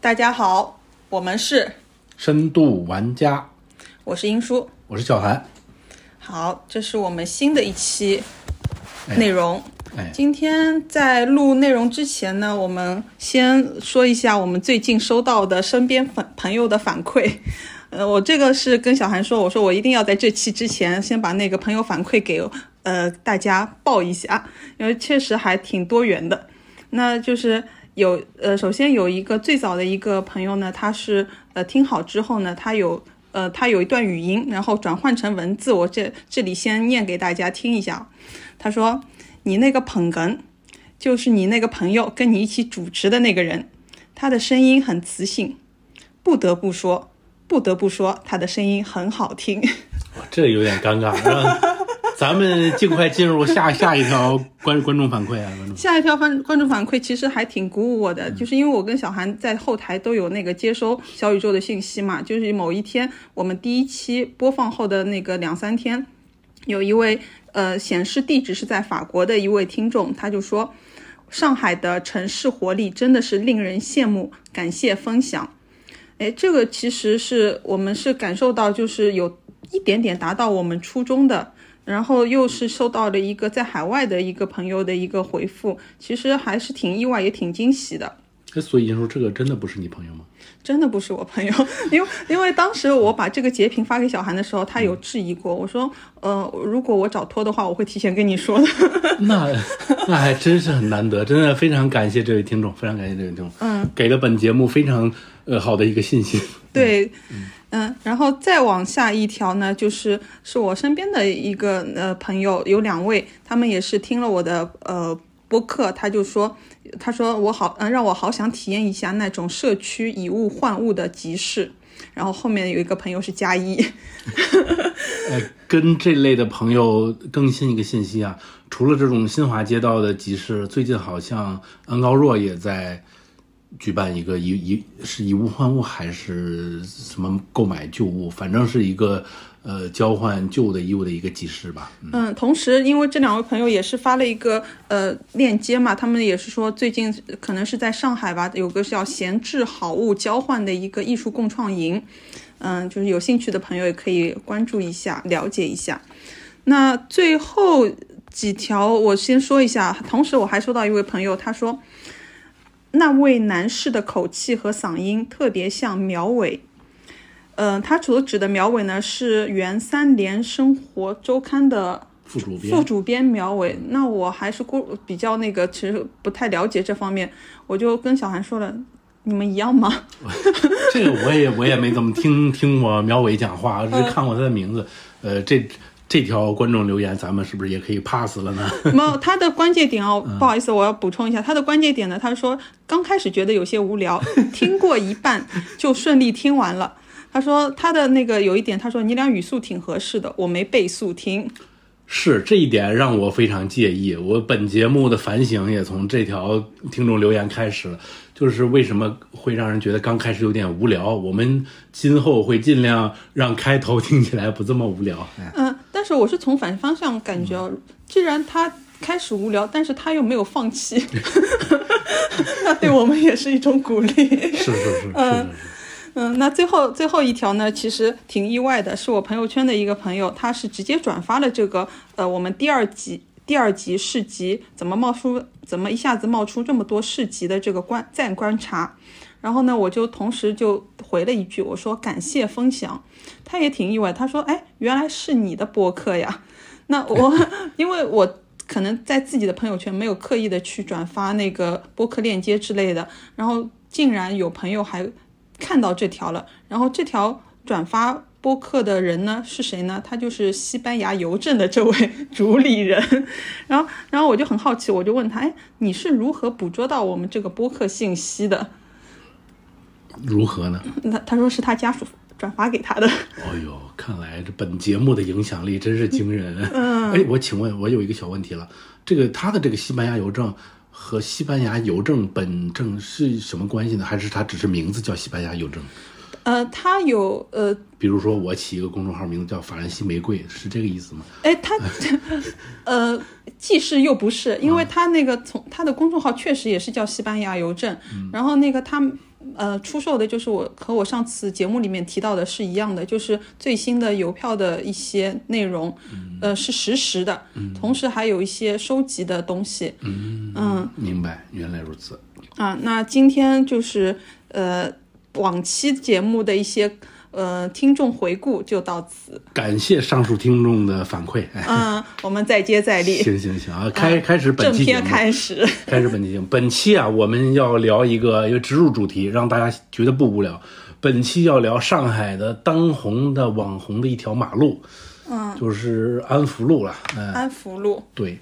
大家好，我们是，深度玩家，我是英叔。我是小韩。好，这是我们新的一期哎内容。哎，今天在录内容之前呢，我们先说一下我们最近收到的身边粉朋友的反馈。 呃，我这个是跟小韩说，我说我一定要在这期之前先把那个朋友反馈给呃大家报一下，因为确实还挺多元的。那就是有呃，首先有一个最早的一个朋友呢，他是呃听好之后呢，他有呃他有一段语音，然后转换成文字，我这这里先念给大家听一下啊。他说：“你那个捧哏，就是你那个朋友跟你一起主持的那个人，他的声音很磁性，不得不说，不得不说，他的声音很好听。哇这有点尴尬。 让咱们尽快进入下下一条观观众反馈啊，观众。下一条观观众反馈其实还挺鼓舞我的，就是因为我跟小韩在后台都有那个接收小宇宙的信息嘛，就是某一天我们第一期播放后的那个两三天，有一位呃显示地址是在法国的一位听众，他就说上海的城市活力真的是令人羡慕，感谢分享。哎，这个其实是我们是感受到，就是有一点点达到我们初衷的，然后又是收到了一个在海外的一个朋友的一个回复，其实还是挺意外，也挺惊喜的。哎所以您说这个真的不是你朋友吗？真的不是我朋友， 因为因为当时我把这个截屏发给小韩的时候，他有质疑过，我说，呃，如果我找托的话，我会提前跟你说的。那那还真是很难得，真的非常感谢这位听众，非常感谢这位听众，嗯，给了本节目非常呃好的一个信息。对，嗯，然后再往下一条呢，就是是我身边的一个呃朋友，有两位，他们也是听了我的呃播客，他就说，他说我好，嗯、让我好想体验一下那种社区以物换物的集市。然后后面有一个朋友是加一，呃，跟这类的朋友更新一个信息啊，除了这种新华街道的集市，最近好像安高若也在举办一个以以是以物换物还是什么购买旧物，反正是一个呃交换旧的衣物的一个集市吧。嗯嗯，同时因为这两位朋友也是发了一个呃链接嘛，他们也是说最近可能是在上海吧，有个叫闲置好物交换的一个艺术共创营，嗯，就是有兴趣的朋友也可以关注一下，了解一下。那最后几条我先说一下，同时我还收到一位朋友，他说那位男士的口气和嗓音特别像苗伟，嗯、他所指的苗伟呢是原三联生活周刊的副主编副主编苗伟，那我还是过比较那个，其实不太了解这方面，我就跟小韩说了，你们一样吗？ 这个我也我也没怎么听听过苗伟讲话，只是看过他的名字。呃，这这条观众留言，咱们是不是也可以 pass 了呢？没有，他的关键点嗯哦，不好意思，我要补充一下，他的关键点呢，他说刚开始觉得有些无聊，听过一半就顺利听完了。他说他的那个有一点，他说你俩语速挺合适的，我没倍速听。是这一点让我非常介意。我本节目的反省也从这条听众留言开始了，就是为什么会让人觉得刚开始有点无聊？我们今后会尽量让开头听起来不这么无聊。哎，嗯嗯，但是我是从反方向感觉，既然他开始无聊，但是他又没有放 弃，那对我们也是一种鼓励。 是是是是是 嗯，那最后最后一条呢，其实挺意外的，是我朋友圈的一个朋友，他是直接转发了这个呃我们第二集第二集市集怎么冒出怎么一下子冒出这么多市集的这个观赞观察，然后呢我就同时就回了一句，我说感谢分享，他也挺意外，他说哎原来是你的播客呀，那我 因为我。可能在自己的朋友圈没有刻意的去转发那个播客链接之类的，然后竟然有朋友还看到这条了，然后这条转发播客的人呢是谁呢？他就是西班牙邮政的这位主理人。 然后，然后我就很好奇，我就问他，哎，你是如何捕捉到我们这个播客信息的？如何呢？那他说是他家属转发给他的。哦呦，看来这本节目的影响力真是惊人。嗯，哎，我请问，我有一个小问题了，这个他的这个西班牙邮政和西班牙邮政本政是什么关系呢？还是他只是名字叫西班牙邮政？呃，他有呃，比如说，我起一个公众号，名字叫“法兰西玫瑰”，是这个意思吗？哎，他呃，既是又嗯嗯不是，因为他那个从他的公众号确实也是叫西班牙邮政，然后那个他呃出售的就是我和我上次节目里面提到的是一样的，就是最新的邮票的一些内容，嗯呃是实时的，同时还有一些收集的东西。嗯，明白，原来如此。啊，那今天就是呃往期节目的一些呃听众回顾就到此，感谢上述听众的反馈。 哎，嗯，我们再接再厉，行行行啊，开开始本正期节片目，开始。开始本期节目。本期啊，我们要聊一个一个植入主题，让大家觉得不无聊。本期要聊上海的当红的网红的一条马路，嗯，就是安福路了。嗯，安福路，对，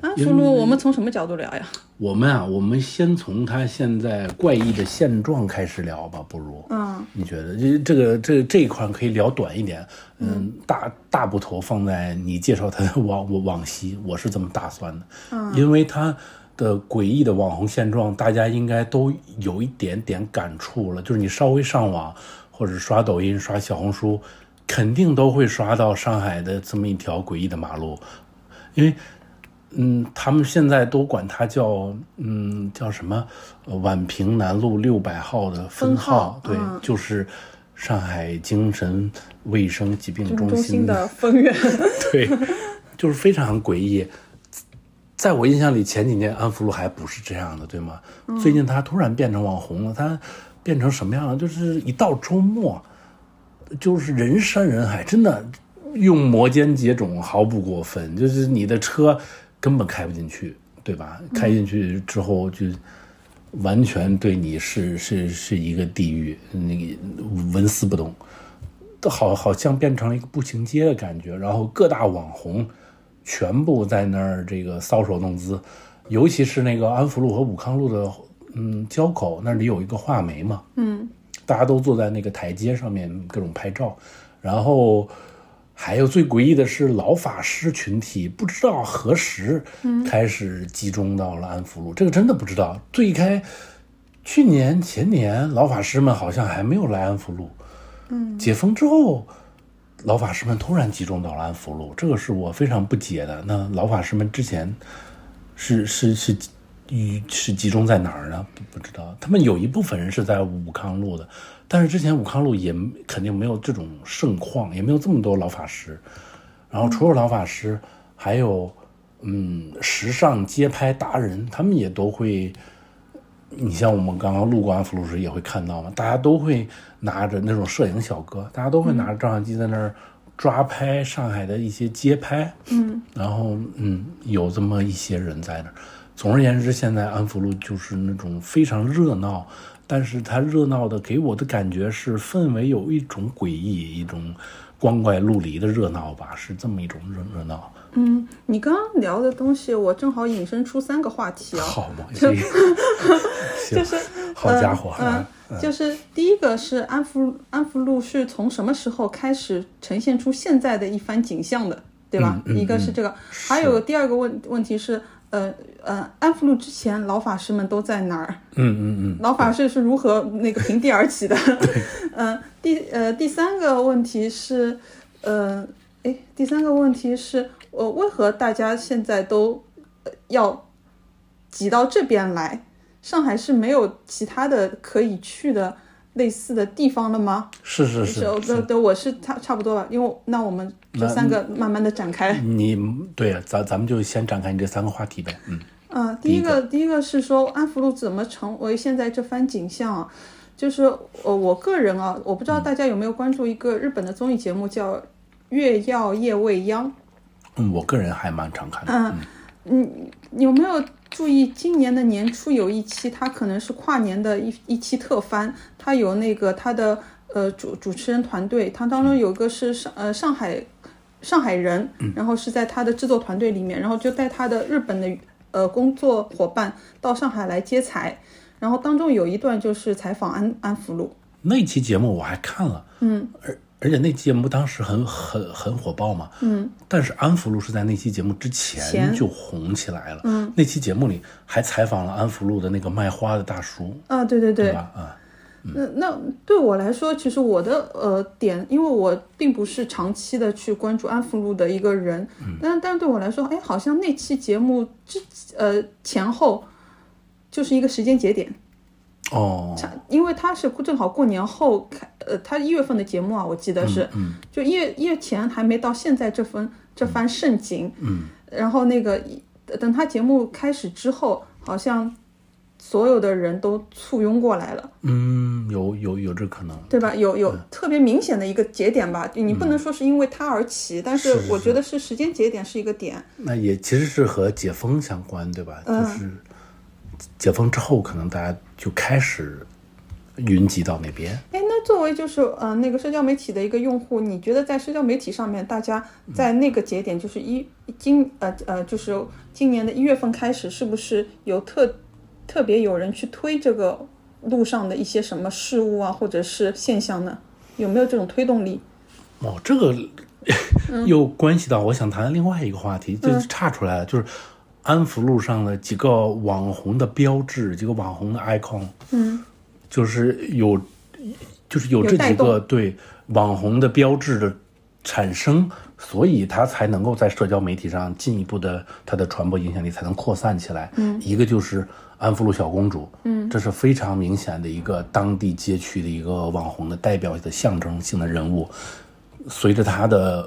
安福路，我们从什么角度聊呀？我们啊，我们先从它现在怪异的现状开始聊吧，不如，嗯，你觉得这这个这这一块可以聊短一点，嗯，大大部头放在你介绍它的往往往昔，我是这么打算的，嗯，因为它的诡异的网红现状，大家应该都有一点点感触了，就是你稍微上网或者刷抖音、刷小红书，肯定都会刷到上海的这么一条诡异的马路，因为嗯，他们现在都管它叫嗯叫什么呃宛平南路六百号的分号，嗯对，就是上海精神卫生疾病中中心心的分院， 对，就是非常诡异。在我印象里，前几年安福路还不是这样的，对吗？最近他突然变成网红了，他变成什么样了？就是一到周末，就是人山人海，真的用摩肩接踵毫不过分。就是你的车根本开不进去，对吧？开进去之后就完全对你是是是一个地狱，你纹丝不动。好好像变成了一个步行街的感觉，然后各大网红全部在那儿这个搔首弄姿，尤其是那个安福路和武康路的嗯交口那里有一个画眉嘛，嗯，大家都坐在那个台阶上面各种拍照，然后还有最诡异的是老法师群体不知道何时开始集中到了安福路，这个真的不知道，最开。去年前年，老法师们好像还没有来安福路，解封之后，老法师们突然集中到了安福路，这个是我非常不解的。那老法师们之前是是是与是集中在哪儿呢？不不知道。他们有一部分人是在武康路的，但是之前武康路也肯定没有这种盛况，也没有这么多老法师。然后除了老法师，还有嗯，时尚街拍达人，他们也都会。你像我们刚刚路过安福路时也会看到嘛，大家都会拿着那种摄影小哥，大家都会拿着照相机在那儿抓拍上海的一些街拍，嗯，然后嗯，有这么一些人在那儿。总而言之，现在安福路就是那种非常热闹，但是它热闹的给我的感觉是氛围有一种诡异，一种光怪陆离的热闹吧，是这么一种热热闹。嗯， 你刚刚聊的东西，我正好引申出三个话题啊。好嘛，这个 行，就是好家伙，嗯、啊嗯就是第一个是安福安福路是从什么时候开始呈现出现在的一番景象的，对吧？嗯嗯一个是这个，还有第二个问问题是，呃呃，安福路之前老法师们都在哪儿？嗯嗯嗯。老法师是如何那个平地而 起的？嗯、第 呃第三个问题是，呃，哎，第三个问题是，呃，为何大家现在都、呃要挤到这边来？上海是没有其他的可以去的类似的地方了吗？是是是，我的的我是差差不多吧，因为那我们这三个慢慢的展开。 你对啊，咱咱们就先展开你这三个话题呗。嗯，嗯，第一个第一个是说安福路怎么成为现在这番景象啊？就是呃，我个人啊，我不知道大家有没有关注一个日本的综艺节目叫《月曜夜未央》。嗯我个人还蛮常看的。嗯，有没有注意今年的年初有一期，它可能是跨年的一一期特番，它有那个它的呃主主持人团队，它当中有个是上呃上海上海人，然后是在他的制作团队里面，然后就带他的日本的呃工作伙伴到上海来接财，然后当中有一段就是采访安安福路，那期节目我还看了，嗯，而而且那期节目当时很很很火爆嘛，嗯，但是安福路是在那期节目之前前就红起来了，嗯，那期节目里还采访了安福路的那个卖花的大叔，啊，对对对，对吧？啊，那那对我来说，其实我的呃点，因为我并不是长期的去关注安福路的一个人，但但对我来说，哎，好像那期节目之呃前后就是一个时间节点，哦，它因为它是正好过年后开，呃，它一月份的节目啊，我记得是，就一月一月前还没到现在这份这番盛景，嗯，然后那个等他节目开始之后，好像所有的人都簇拥过来了，嗯，有有有这可能，对吧？有有嗯特别明显的一个节点吧，你不能说是因为它而起，但是是是我觉得是时间节点是一个点，那也其实是和解封相关，对吧？就是解封之后，可能大家就开始云集到那边。哎，那作为就是呃那个社交媒体的一个用户，你觉得在社交媒体上面，大家嗯在那个节点，就是一今呃呃，就是今年的一月份开始，是不是有特特别有人去推这个路上的一些什么事物啊，或者是现象呢？有没有这种推动力？哦，这个 又关系到我想谈的另外一个话题，就是岔出来了，就是安福路上的几个网红的标志，几个网红的 icon，嗯，就是有，就是有这有带几个动对网红的标志的产生，所以它才能够在社交媒体上进一步的它的传播影响力才能扩散起来。嗯，一个就是安福路小公主，嗯，这是非常明显的一个当地街区的一个网红的代表的象征性的人物。随着他的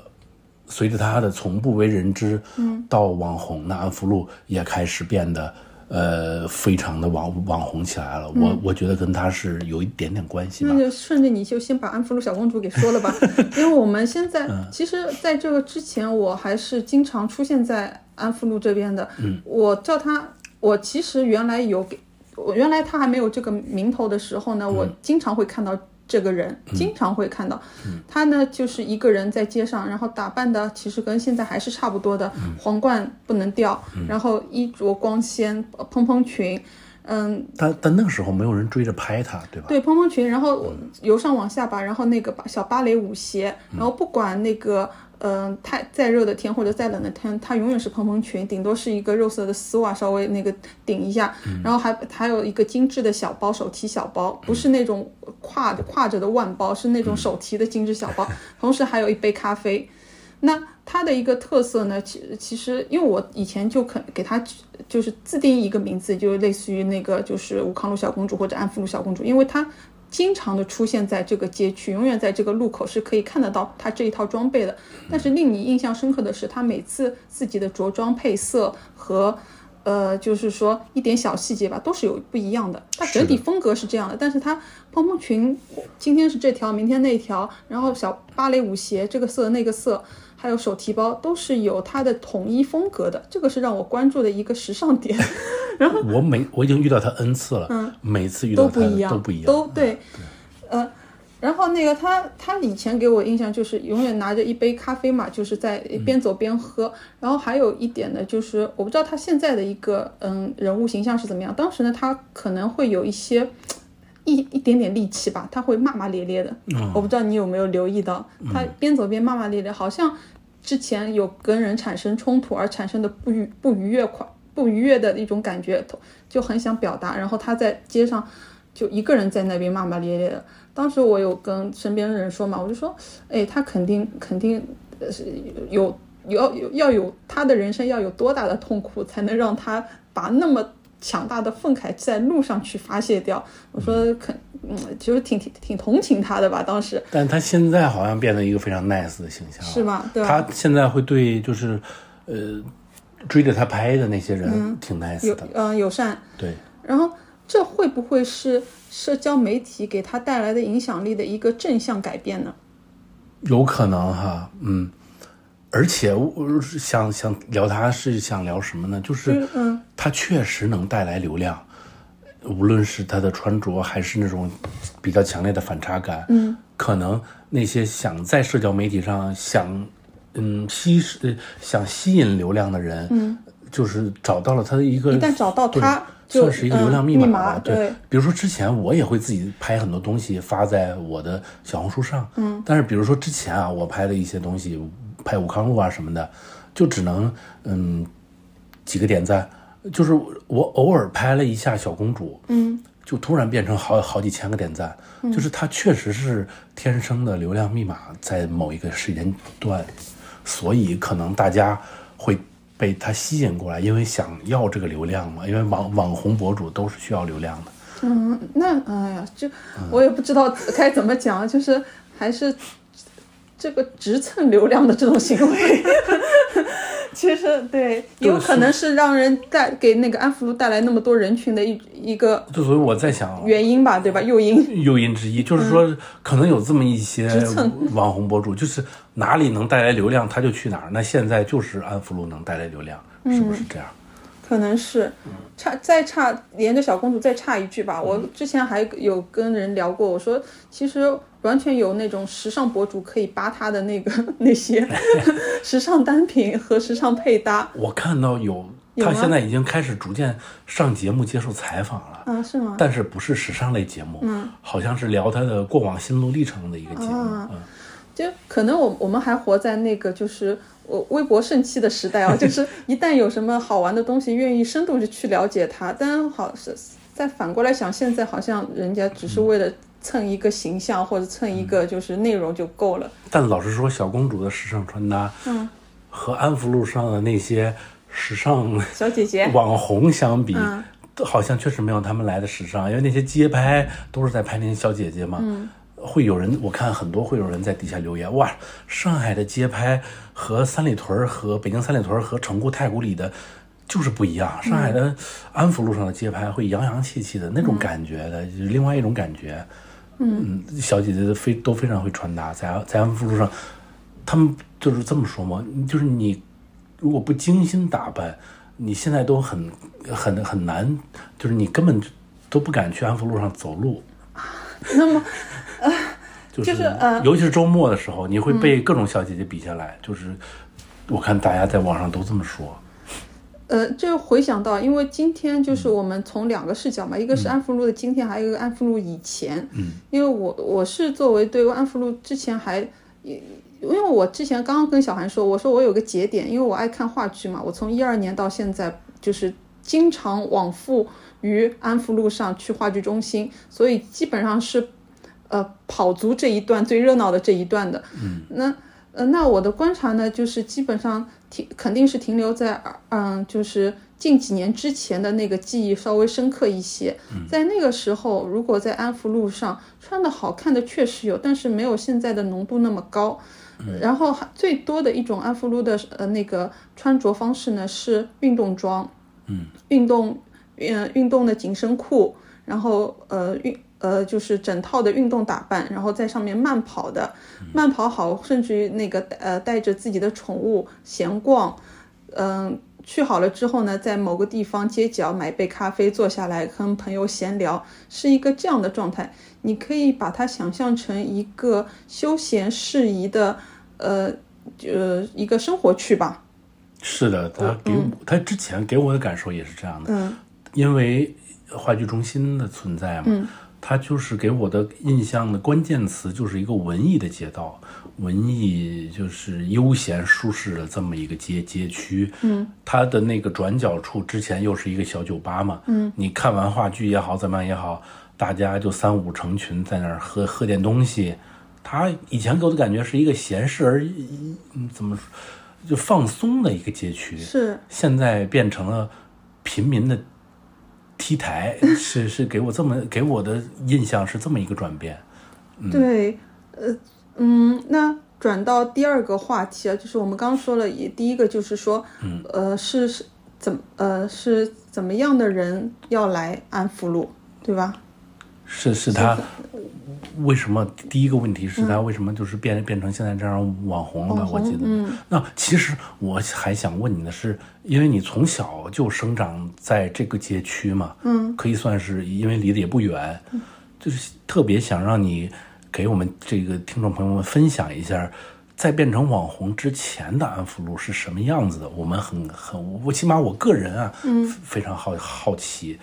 随着他的从不为人知，嗯，到网红，那安福路也开始变得呃非常的网网红起来了。嗯我我觉得跟他是有一点点关系吧那。就顺着你就先把安福路小公主给说了吧，因为我们现在其实在这个之前，我还是经常出现在安福路这边的。嗯，我叫她，我其实原来有给，我原来她还没有这个名头的时候呢，我经常会看到。这个人经常会看到，她呢就是一个人在街上，然后打扮的其实跟现在还是差不多的，皇冠不能掉，然后衣着光鲜，呃蓬蓬裙，嗯，但但那个时候没有人追着拍他，对吧？对，蓬蓬裙，然后由上往下吧，然后那个小芭蕾舞鞋，然后不管那个。嗯、太再热的天或者再冷的天，它永远是蓬蓬裙，顶多是一个肉色的丝袜，稍微那个顶一下，然后还还有一个精致的小包，手提小包，不是那种挎着挎着的腕包，是那种手提的精致小包，同时还有一杯咖啡。那它的一个特色呢，其其实因为我以前就肯给它就是自定义一个名字，就类似于那个就是武康路小公主或者安福路小公主，因为它经常的出现在这个街区，永远在这个路口是可以看得到它这一套装备的。但是令你印象深刻的是，它每次自己的着装配色和。呃，就是说一点小细节吧，都是有不一样的。它整体风格是这样的，但是它蓬蓬裙今天是这条，明天那条，然后小芭蕾舞鞋这个色那个色，还有手提包都是有它的统一风格的，这个是让我关注的一个时尚点。我每我已经遇到他 n 次了，每次遇到嗯都他不一样，都不一样，嗯都对，呃，然后那个他他以前给我印象就是永远拿着一杯咖啡嘛，就是在嗯边走边喝。然后还有一点呢，就是我不知道他现在的一个嗯人物形象是怎么样。当时呢，他可能会有一些。一一点点戾气吧，他会骂骂咧咧的。哦我不知道你有没有留意到，嗯他边走边骂骂咧咧，好像之前有跟人产生冲突而产生的不愉不愉悦快不愉悦的一种感觉，就很想表达。然后他在街上就一个人在那边骂骂咧咧的。当时我有跟身边的人说嘛，我就说，哎，他肯定肯定呃是有有有要有他的人生要有多大的痛苦，才能让他把那么强大的愤慨在路上去发泄掉？我说肯，嗯，其实挺挺挺同情他的吧，当时但他现在好像变得一个非常 nice 的形象了，是吧？对吧？啊他现在会对就是呃追着他拍的那些人挺有 nice 的，嗯、友善，对。然后这会不会是社交媒体给他带来的影响力的一个正向改变呢？有可能哈，嗯，而且我我是想想聊他是想聊什么呢？就是嗯嗯他确实能带来流量，无论是他的穿着还是那种比较强烈的反差感，嗯，可能那些想在社交媒体上想嗯吸呃想吸引流量的人，嗯，就是找到了他的一个一旦找到对他就算是一个流量嗯密密吧码对，对比如说之前我也会自己拍很多东西发在我的小红书上，嗯，但是比如说之前啊，我拍的一些东西，拍武康路啊什么的，就只能嗯几个点赞，就是我偶尔拍了一下小公主，嗯，就突然变成好好几千个点赞，就是它确实是天生的流量密码，在某一个时间段，所以可能大家会。被它吸引过来，因为想要这个流量嘛，因为网网红博主都是需要流量的，嗯，那哎呀，就我也不知道该怎么讲，就是还是这个直蹭流量的这种行为， 其实对，也有可能是让人带给那个安福路带来那么多人群的一一个就所以我在想，原因吧，对吧？诱因。诱因之一就是说，可能有这么一些直蹭网红博主，就是哪里能带来流量，他就去哪儿。那现在就是安福路能带来流量，是不是这样？可能是差再差，连着小公主再差一句吧。我之前还有跟人聊过，我说其实完全有那种时尚博主可以扒她的那个 那些时尚单品和时尚配搭我看到有，有他吗现在已经开始逐渐上节目接受采访了，啊，是吗？但是不是时尚类节目，好像是聊他的过往心路历程的一个节目。嗯就可能我我们还活在那个就是我微博盛期的时代啊，就是一旦有什么好玩的东西，愿意深度地去了解它。但好是再反过来想，现在好像人家只是为了蹭一个形象或者蹭一个就是内容就够了。但老实说，小公主的时尚穿搭，嗯，和安福路上的那些时尚小姐姐，网红相比，好像确实没有他们来的时尚，因为那些街拍都是在拍那些小姐姐嘛。会有人，我看很多会有人在底下留言，哇，上海的街拍和三里屯儿和北京三里屯儿和城固太古里的。就是不一样，上海的安福路上的街拍会洋洋气气的那种感觉的，就是另外一种感觉。嗯，小姐姐非都非常会穿搭，在在安福路上，他们就是这么说嘛，就是你如果不精心打扮，你现在都很很很难，就是你根本就都不敢去安福路上走路。 那么就是、就是呃嗯尤其是周末的时候，你会被各种小姐姐比下来。就是我看大家在网上都这么说，呃，这回想到，因为今天就是我们从两个视角嘛，一个是安福路的今天，还有一个安福路以前。嗯，因为我我是作为对安福路之前还，也因为我之前刚刚跟小韩说，我说我有个节点，因为我爱看话剧嘛，我从一二年到现在就是经常往复于安福路上去话剧中心，所以基本上是呃跑足这一段最热闹的这一段的。嗯，那呃那我的观察呢，就是基本上停肯定是停留在呃嗯就是近几年之前的那个记忆稍微深刻一些。在那个时候，如果在安福路上穿的好看的确实有，但是没有现在的浓度那么高。然后还最多的一种安福路的呃那个穿着方式呢是运动装，嗯，运动嗯、运动的紧身裤，然后呃运呃就是整套的运动打扮，然后在上面慢跑的，慢跑好，甚至于那个呃带着自己的宠物闲逛，嗯、去好了之后呢，在某个地方街角买杯咖啡，坐下来跟朋友闲聊，是一个这样的状态。你可以把它想象成一个休闲适宜的，呃呃一个生活区吧。是的，他给我，他之前给我的感受也是这样的。嗯，因为话剧中心的存在嘛，它就是给我的印象的关键词就是一个文艺的街道，文艺就是悠闲舒适的这么一个街街区。嗯，它的那个转角处之前又是一个小酒吧嘛。嗯，你看完话剧也好，怎么样也好，大家就三五成群在那儿喝喝点东西。它以前给我的感觉是一个闲适而嗯怎么说就放松的一个街区。是现在变成了平民的 T 台，是是给我这么给我的印象是这么一个转变。对，呃，嗯，那转到第二个话题啊，就是我们刚刚说了，也第一个就是说，呃，是是怎么呃是怎么样的人要来安福路，对吧？是是他为什么第一个问题是他为什么就是变、变成现在这样网红了吧？网我红记得。那其实我还想问你的是，因为你从小就生长在这个街区嘛，嗯，可以算是因为离得也不远，就是特别想让你给我们这个听众朋友们分享一下。在变成网红之前的安福路是什么样子的？我们很很，我起码我个人啊，嗯，非常好好奇，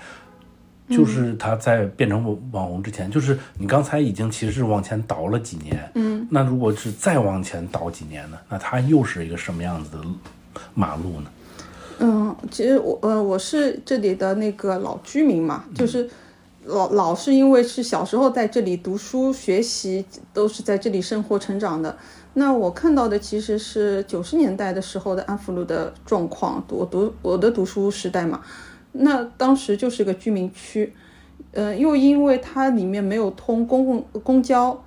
就是他在变成网网红之前，就是你刚才已经其实是往前倒了几年，嗯，那如果是再往前倒几年呢？那他又是一个什么样子的马路呢？嗯，其实我呃我是这里的那个老居民嘛，就是老老是因为是小时候在这里读书学习，都是在这里生活成长的。那我看到的其实是九十年代的时候的安福路的状况，我读我的读书时代嘛，那当时就是个居民区，呃，又因为它里面没有通公共公交，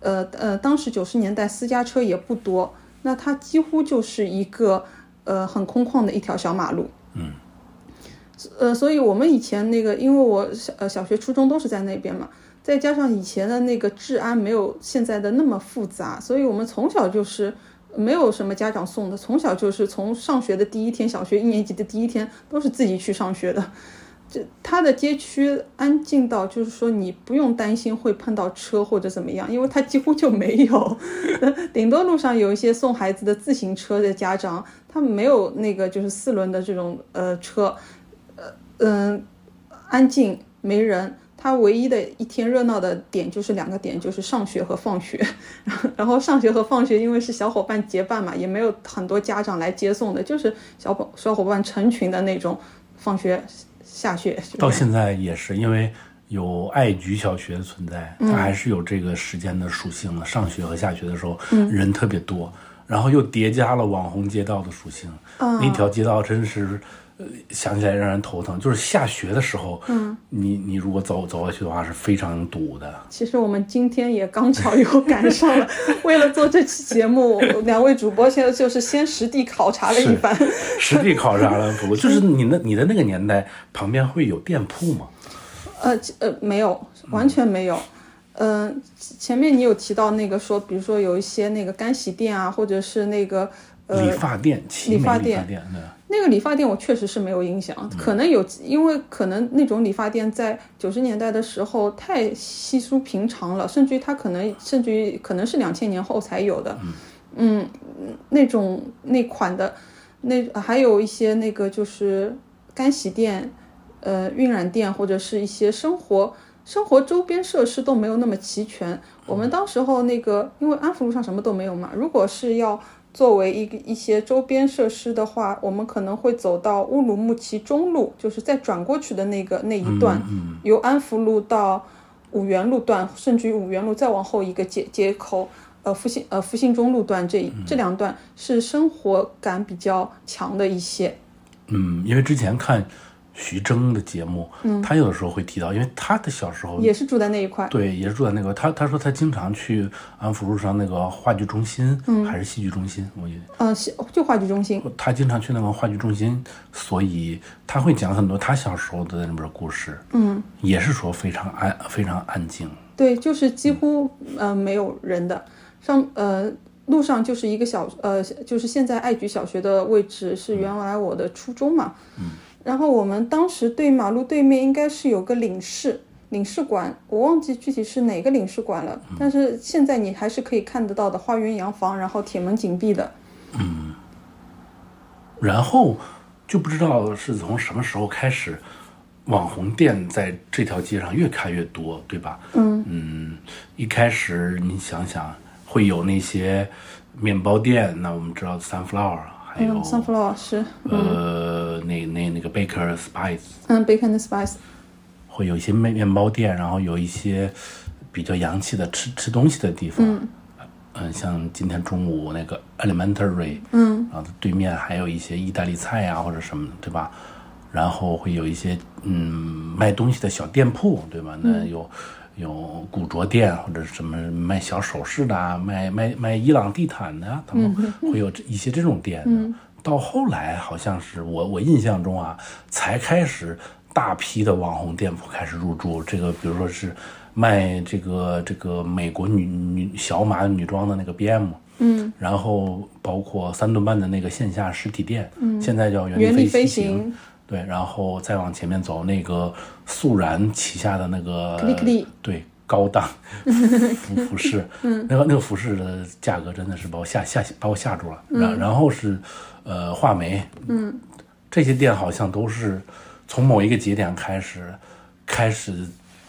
呃呃，当时九十年代私家车也不多，那它几乎就是一个呃很空旷的一条小马路。嗯，呃，所以我们以前那个，因为我小呃小学、初中都是在那边嘛，再加上以前的那个治安没有现在的那么复杂，所以我们从小就是没有什么家长送的，从小就是从上学的第一天，小学一年级的第一天都是自己去上学的。这它的街区安静到，就是说你不用担心会碰到车或者怎么样，因为它几乎就没有， 顶多路上有一些送孩子的自行车的家长，他们没有那个就是四轮的这种呃车，呃嗯、安静没人。它唯一的一天热闹的点就是两个点，就是上学和放学。 然后然后上学和放学，因为是小伙伴结伴嘛，也没有很多家长来接送的，就是小伙小伙伴成群的那种放学下学。就是到现在也是因为有爱菊小学的存在，它还是有这个时间的属性的。上学和下学的时候，人特别多，然后又叠加了网红街道的属性，那条街道真是。呃想起来让人头疼，就是下学的时候，嗯，你你如果走走过去的话是非常堵的，其实我们今天也刚巧有赶上了，为了做这期节目，两位主播现在就是先实地考察了一番。实地考察了不？就是你那你的那个年代旁边会有店铺吗？呃其呃，没有，完全没有。嗯、呃，其前面你有提到那个说，比如说有一些那个干洗店啊，或者是那个呃理发店，奇理美发理发店店，对。那个理发店我确实是没有印象，可能有，因为可能那种理发店在九十年代的时候太稀疏平常了，甚至于它可能，甚至于可能是两千年后才有的，嗯，那种那款的，那还有一些那个就是干洗店，呃，晕染店或者是一些生活生活周边设施都没有那么齐全。我们当时候那个，因为安福路上什么都没有嘛，如果是要作为一个一些周边设施的话，我们可能会走到乌鲁木齐中路，就是再转过去的那个那一段，由安福路到五原路段，甚至于五原路再往后一个街街口。呃，复兴呃复兴中路段这一这两段是生活感比较强的一些，嗯，因为之前看徐峥的节目，他有的时候会提到，因为他的小时候嗯也是住在那一块。对也是住在那个，他他说他经常去安福路上那个话剧中心、还是戏剧中心，我记得嗯，西就话剧中心。他经常去那个话剧中心，所以他会讲很多他小时候的那边的故事，嗯，也是说非常安非常安静，对，就是几乎呃没有人的上呃路上就是一个小呃就是现在爱菊小学的位置是原来我的初中嘛，嗯，然后我们当时对马路对面应该是有个领事领事馆，我忘记具体是哪个领事馆了，但是现在你还是可以看得到的花园洋房，然后铁门紧闭的，然后就不知道是从什么时候开始，网红店在这条街上越开越多，对吧？嗯一开始你想想，会有那些面包店，那我们知道 Sunflower，还有、嗯，Sunflower 嗯老师，呃，那那那个 Baker Spice，嗯，Bacon and Spice，会有一些面面包店，然后有一些比较洋气的吃吃东西的地方。嗯像今天中午那个 Elementary，嗯，然后对面还有一些意大利菜呀、或者什么的，对吧？然后会有一些嗯卖东西的小店铺，对吧？那有、有古着店或者什么卖小首饰的啊，卖卖卖伊朗地毯的、啊，他们会有这一些这种店。到后来好像是我我印象中啊，才开始大批的网红店铺开始入驻。这个比如说是卖这个这个美国女女小码女装的那个 BM，嗯，然后包括三顿半的那个线下实体店，嗯，现在叫原原力力飞飞行，对，然后再往前面走，那个素然旗下的那个 Click-Click 对高档服服饰，那个那个服饰的价格真的是把我吓吓把我吓住了。然、然后是呃画眉，嗯，这些店好像都是从某一个节点开始开始。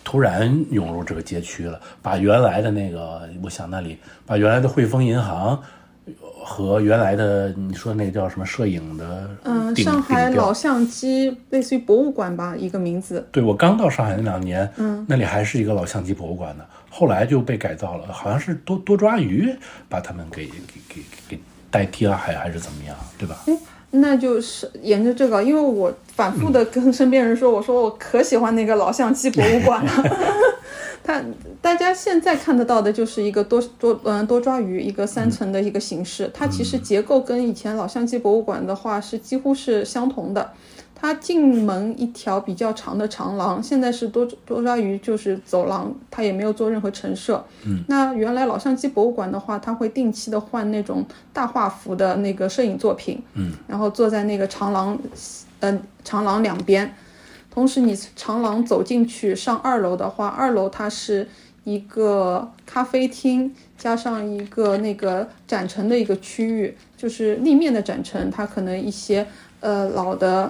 突然涌入这个街区了，把原来的那个，我想那里把原来的汇丰银行和原来的你说那个叫什么摄影的嗯，顶上海顶标老相机，类似于博物馆吧，一个名字，对我刚到上海那两年，嗯，那里还是一个老相机博物馆呢，后来就被改造了，好像是多多抓鱼把他们给给给给代替了，还还是怎么样，对吧？那就是沿着这个，因为我反复的跟身边人说，我说我可喜欢那个老相机博物 馆了。它大家现在看得到的就是一个多多嗯多抓鱼一个三层的一个形式，它其实结构跟以前老相机博物馆的话是几乎是相同的。它进门一条比较长的长廊，现在是多多抓鱼就是走廊，它也没有做任何陈设。嗯，那原来老相机博物馆的话，它会定期的换那种大画幅的那个摄影作品。嗯，然后坐在那个长廊，嗯、长廊两边，同时你长廊走进去上二楼的话，二楼它是一个咖啡厅加上一个那个展陈的一个区域，就是立面的展陈，它可能一些呃老的。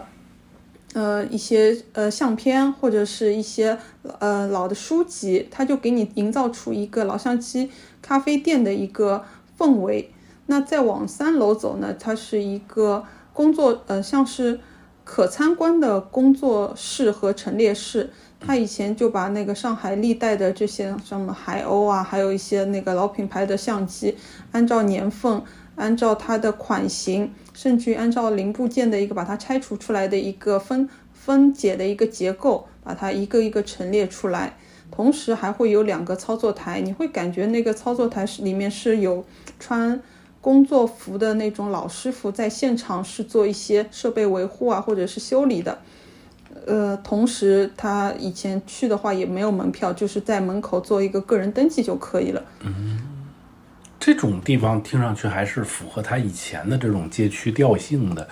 呃，一些呃相片或者是一些呃老的书籍，它就给你营造出一个老相机咖啡店的一个氛围。那再往三楼走呢，它是一个工作呃像是可参观的工作室和陈列室。它以前就把那个上海历代的这些什么海鸥啊，还有一些那个老品牌的相机，按照年份，按照它的款型。甚至按照零部件的一个把它拆除出来的一个分分解的一个结构，把它一个一个陈列出来。同时还会有两个操作台，你会感觉那个操作台是里面是有穿工作服的那种老师傅在现场是做一些设备维护啊，或者是修理的。呃，同时他以前去的话也没有门票，就是在门口做一个个人登记就可以了。这种地方听上去还是符合它以前的这种街区调性的，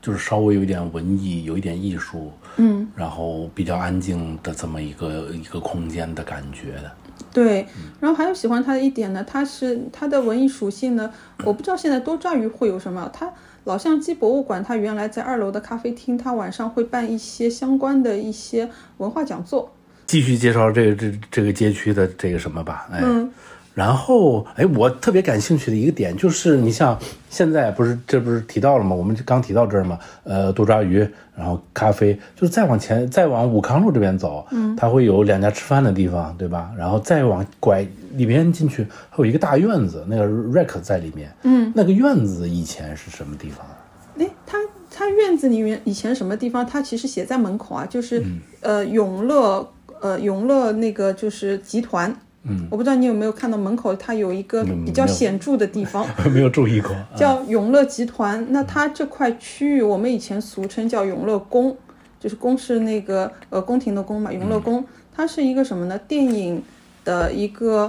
就是稍微有一点文艺，有一点艺术，嗯，然后比较安静的这么一个一个空间的感觉的。对，然后还有喜欢它的一点呢，它是它的文艺属性呢，我不知道现在多抓鱼会有什么。它老相机博物馆，它原来在二楼的咖啡厅，它晚上会办一些相关的一些文化讲座。继续介绍这个这这个街区的这个什么吧，哎。嗯然后，哎，我特别感兴趣的一个点就是，你像现在不是这不是提到了吗？我们刚提到这儿嘛，呃，多抓鱼，然后咖啡，就是再往前，再往武康路这边走，嗯，它会有两家吃饭的地方，对吧？然后再往拐里边进去，还有一个大院子，那个 rec 在里面，嗯，那个院子以前是什么地方啊？哎，它它院子里面以前什么地方？它其实写在门口啊，就是、呃永乐呃永乐那个就是集团。嗯，我不知道你有没有看到门口它有一个比较显著的地方， 没有注意过，叫永乐集团。那它这块区域我们以前俗称叫永乐宫，就是宫是那个呃宫廷的宫嘛，永乐宫。它是一个什么呢？电影的一个，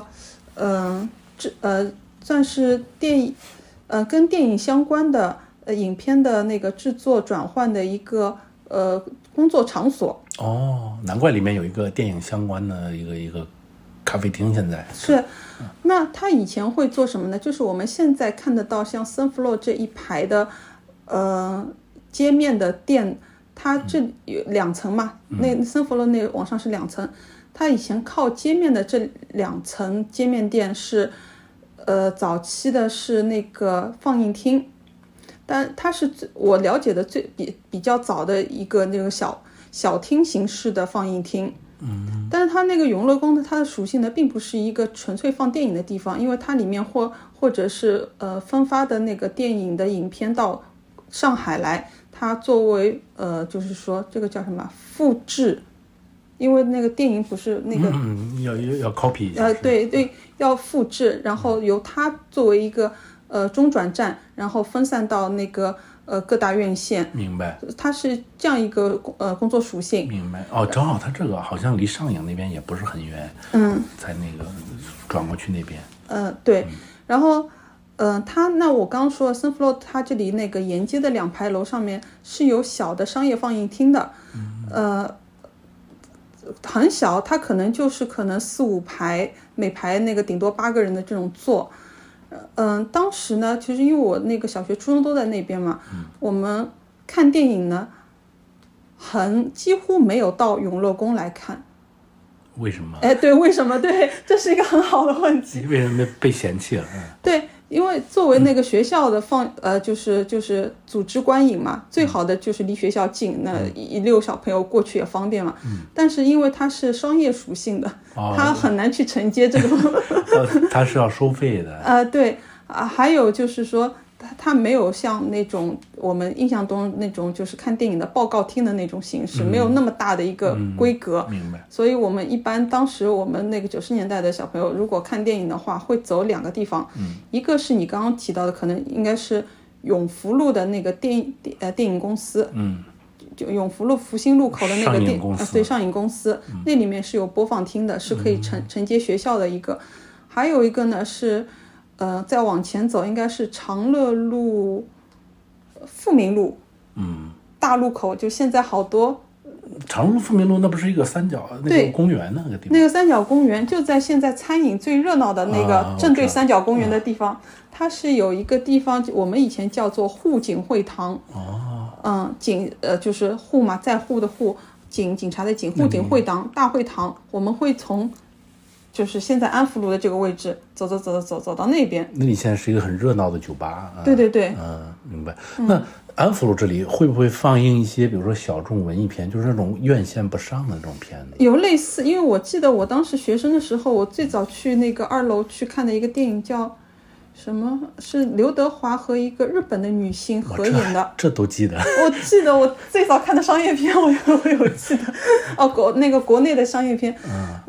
嗯、这呃算是电影，呃跟电影相关的呃影片的那个制作转换的一个呃工作场所。哦，难怪里面有一个电影相关的一个一个咖啡厅，现在是，那他以前会做什么呢？就是我们现在看得到像森 floor 这一排的，呃，街面的店，它这有两层嘛，那森 floor 那往上是两层，它以前靠街面的这两层街面店是，呃，早期的是那个放映厅，但它是最我了解的最比比较早的一个那个小小厅形式的放映厅。但是它那个永乐宫的它的属性呢，并不是一个纯粹放电影的地方，因为它里面或或者是呃分发的那个电影的影片到上海来，它作为呃就是说这个叫什么啊复制，因为那个电影不是那个嗯，要要要 copy 一下，呃是吧对对要复制，然后由它作为一个呃中转站，然后分散到那个呃各大院线，明白它是这样一个呃工作属性。明白哦，正好它这个好像离上影那边也不是很远，嗯，在那个转过去那边，嗯，对，然后，嗯、呃，它那我刚刚说的森 floor，它这里那个沿街的两排楼上面是有小的商业放映厅的，呃，很小，它可能就是可能四五排，每排那个顶多八个人的这种座。呃嗯，当时呢，其实因为我那个小学、初中都在那边嘛，我们看电影呢，很几乎没有到永乐宫来看。为什么？哎，对，为什么？对，这是一个很好的问题。为什么被嫌弃了？ 嗯对，因为作为那个学校的放、呃，就是就是组织观影嘛，最好的就是离学校近，那一溜小朋友过去也方便嘛。但是因为它是商业属性的，哦它很难 去承接这种呃，它是要收费的，呃，对啊，还有就是说，它它没有像那种我们印象中那种就是看电影的报告厅的那种形式，没有那么大的一个规格。明白。所以我们一般当时我们那个九十年代的小朋友，如果看电影的话，会走两个地方，嗯一个是你刚刚提到的，可能应该是永福路的那个电影电呃电影公司，嗯，就永福路福星路口的那个上影电公司嗯啊，对上影公司，那里面是有播放厅的，是可以承承接学校的一个，还有一个呢是，呃，再往前走应该是长乐路、呃富民路，嗯，大路口，就现在好多长路富民路那不是一个三角那对个公园那个地方那个三角公园就在现在餐饮最热闹的那啊个我正对知道嗯三角公园的地方，它是有一个地方，我们以前叫做沪警会堂。哦，嗯，警呃就是沪嘛，在沪的沪，警警察的警，沪警会堂大会堂，我们会从就是现在安福路的这个位置走走走走走走到那边。那里现在是一个很热闹的酒吧啊。对对对，嗯，明白。那安福路这里会不会放映一些，比如说小众文艺片，就是那种院线不上的那种片子？有类似，因为我记得我当时学生的时候，我最早去那个二楼去看的一个电影叫什么？是刘德华和一个日本的女星合演的。这都记得。我记得我最早看的商业片，我有我有记得，哦，国那个国内的商业片，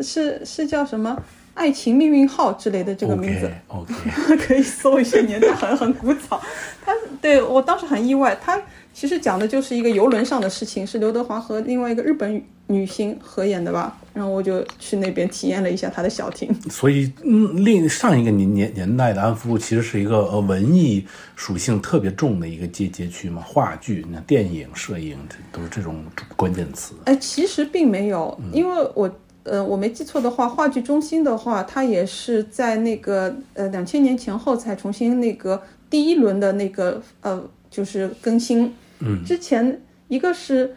是是叫什么《爱情命运号》之类的这个名字 OK OK，可以搜一下，年代很很古早。他对我当时很意外，他其实讲的就是一个游轮上的事情，是刘德华和另外一个日本女星合演的吧？然后我就去那边体验了一下他的小厅。所以嗯，另上一个年年年代的安福路其实是一个呃文艺属性特别重的一个街街区嘛，话剧、那电影、摄影，这都是这种关键词。哎，其实并没有，因为我呃我没记错的话，话剧中心的话，它也是在那个呃两千年前后才重新那个第一轮的那个呃就是更新。嗯，之前一个是。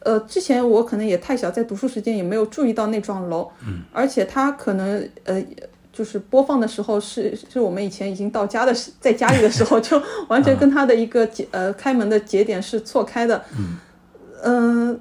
呃，之前我可能也太小，在读书时间也没有注意到那幢楼，嗯，而且它可能呃，就是播放的时候是是我们以前已经到家的时，在家里的时候就完全跟它的一个节呃开门的节点是错开的，嗯，呃，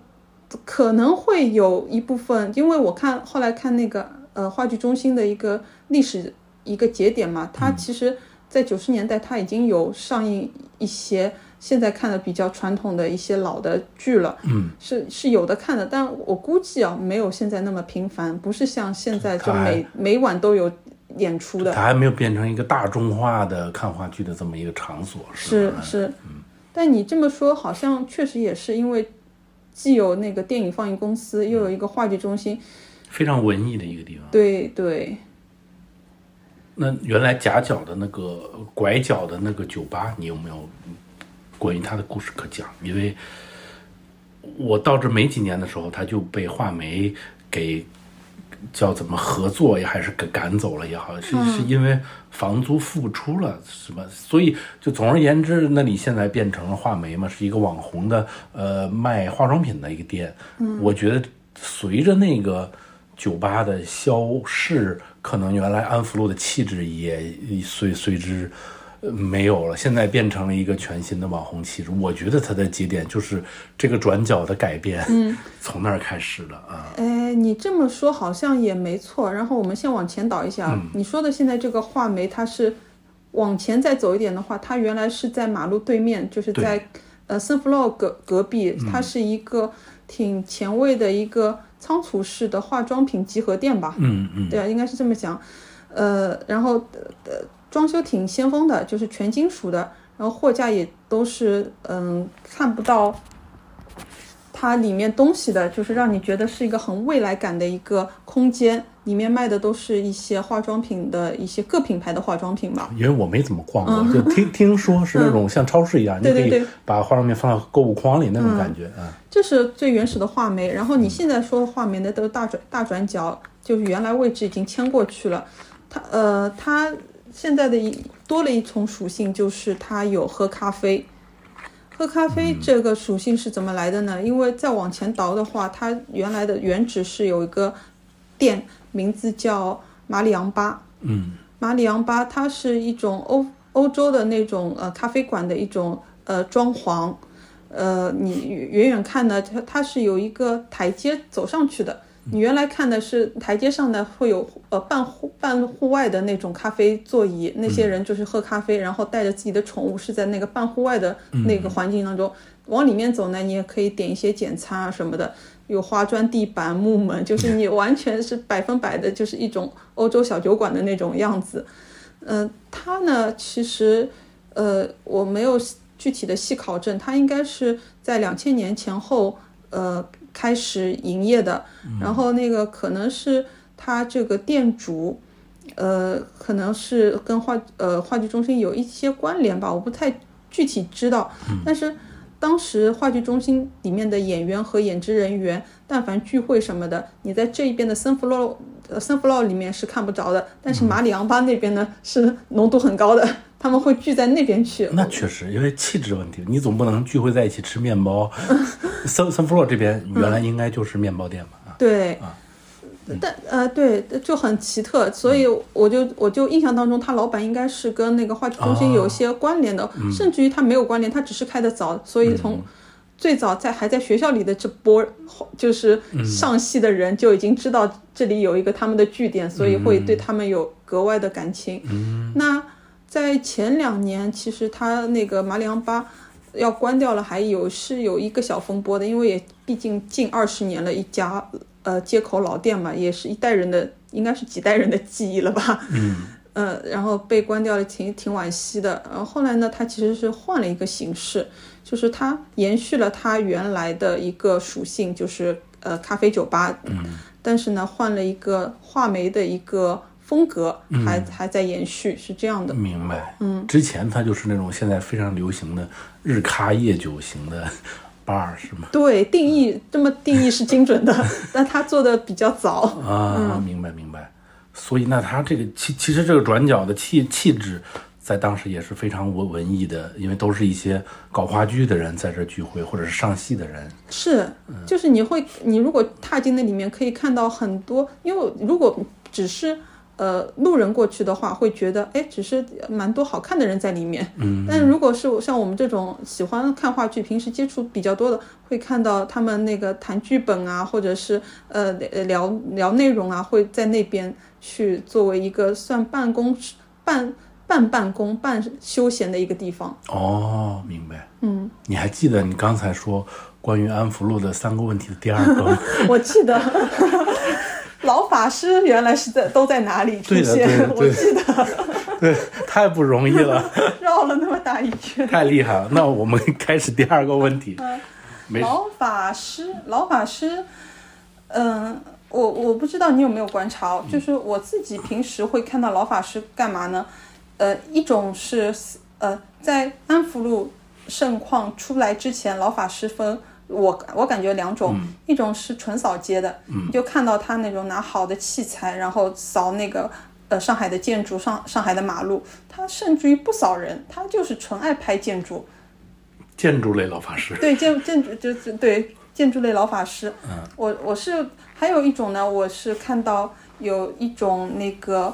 可能会有一部分，因为我看后来看那个呃话剧中心的一个历史一个节点嘛，它其实在九十年代它已经有上映一些现在看的比较传统的一些老的剧了，嗯，是是有的看的，但我估计啊没有现在那么频繁，不是像现在就它还每每晚都有演出的，它还没有变成一个大众化的看话剧的这么一个场所，是是吧是，但你这么说，好像确实也是因为既有那个电影放映公司，又有一个话剧中心，非常文艺的一个地方。对对，那原来夹角的那个拐角的那个酒吧，你有没有关于他的故事可讲？因为我到这没几年的时候，他就被画眉给叫怎么合作也还是给赶走了也好，是、是因为房租付不出了什么，所以就总而言之，那里现在变成了画眉嘛，是一个网红的呃卖化妆品的一个店。我觉得随着那个酒吧的消逝，可能原来安福路的气质也随随之。呃没有了，现在变成了一个全新的网红气质。我觉得它的节点就是这个转角的改变， 从那儿开始的啊。哎，你这么说好像也没错。然后我们先往前倒一下，啊嗯你说的现在这个画眉，它是往前再走一点的话，它原来是在马路对面，就是在呃森弗洛隔隔壁，嗯它是一个挺前卫的一个仓储式的化妆品集合店吧？嗯嗯，对啊，应该是这么讲。呃，然后呃装修挺先锋的，就是全金属的，然后货架也都是嗯看不到它里面东西的，就是让你觉得是一个很未来感的一个空间。里面卖的都是一些化妆品的一些各品牌的化妆品吧。啊因为我没怎么逛过，就听听说是那种像超市一样，你嗯对可对以对嗯把化妆品放到购物筐里那种感觉啊。这是最原始的画眉。然后你现在说的画眉呢，都是大转大转角，就是原来位置已经迁过去了。它呃，它现在的一多了一重属性，就是它有喝咖啡。喝咖啡这个属性是怎么来的呢？因为再往前倒的话，它原来的原址是有一个店，名字叫马里昂巴。马里昂巴，它是一种欧欧洲的那种呃咖啡馆的一种呃装潢，呃，你远远看呢，它它是有一个台阶走上去的，你原来看的是台阶上的会有呃半户半户外的那种咖啡座椅，那些人就是喝咖啡，然后带着自己的宠物是在那个半户外的那个环境当中。往里面走呢，你也可以点一些简餐啊什么的，有花砖地板、木门，就是你完全是百分百的，就是一种欧洲小酒馆的那种样子。嗯、它呢，其实呃，我没有具体的细考证，它应该是在两千年前后呃开始营业的。然后那个可能是它这个店主，呃，可能是跟话呃话剧中心有一些关联吧，我不太具体知道。但是当时话剧中心里面的演员和演职人员，但凡聚会什么的，你在这一边的森弗洛呃森弗洛里面是看不着的，但是马里昂巴那边呢是浓度很高的，他们会聚在那边去。那确实，因为气质问题，你总不能聚会在一起吃 面包。三三弗洛这边嗯原来应该就是面包店吧？啊对，但呃，对，就很奇特，所嗯以我就我就印象当中，他老板应该是跟那个话剧中心啊有一些关联的，嗯甚至于他没有关联，他只是开的早，所以从最早在还在学校里的这波就是嗯上戏的人就已经知道这里有一个他们的据点，所以嗯会对他们有格外的感情。那在前两年，其实他那个马里昂巴。要关掉了，还有是有一个小风波的，因为也毕竟近二十年了，一家呃街口老店嘛，也是一代人的，应该是几代人的记忆了吧。嗯。 呃，然后被关掉了挺，挺惋惜的。然后后来呢，它其实是换了一个形式，就是它延续了它原来的一个属性，就是呃咖啡酒吧。嗯。但是呢，换了一个画眉的一个风格，还还在延续，是这样的。明白，嗯，之前它就是那种现在非常流行的日咖夜酒型的 bar 是吗？对，定义这么定义是精准的，但他做的比较早。啊，明白明白。所以那它这个其其实这个转角的气气质，在当时也是非常文文艺的，因为都是一些搞话剧的人在这聚会，或者是上戏的人。是，就是你会，你如果踏进那里面，可以看到很多，因为如果只是呃路人过去的话，会觉得哎，只是蛮多好看的人在里面。嗯，但如果是像我们这种喜欢看话剧、平时接触比较多的，会看到他们那个谈剧本啊，或者是呃聊聊内容啊，会在那边去作为一个算办公室半半办公半休闲的一个地方。哦，明白。嗯，你还记得你刚才说关于安福路的三个问题的第二 个吗？ 我记得老法师原来是在都在哪里出对的现，我对的记得对，太不容易了，绕了那么大一圈。太厉害了。那我们开始第二个问题。没事老法师，老法师，嗯、我我不知道你有没有观察嗯哦，就是我自己平时会看到老法师干嘛呢？呃，一种是呃，在安福路盛况出来之前，老法师分。我我感觉两种，嗯一种是纯扫街的，你就看到他那种拿好的器材，然后扫那个呃上海的建筑、上上海的马路，他甚至于不扫人，他就是纯爱拍建筑，建筑类老法师。对建建筑就是对建筑类老法师。嗯，我我是还有一种呢，我是看到有一种那个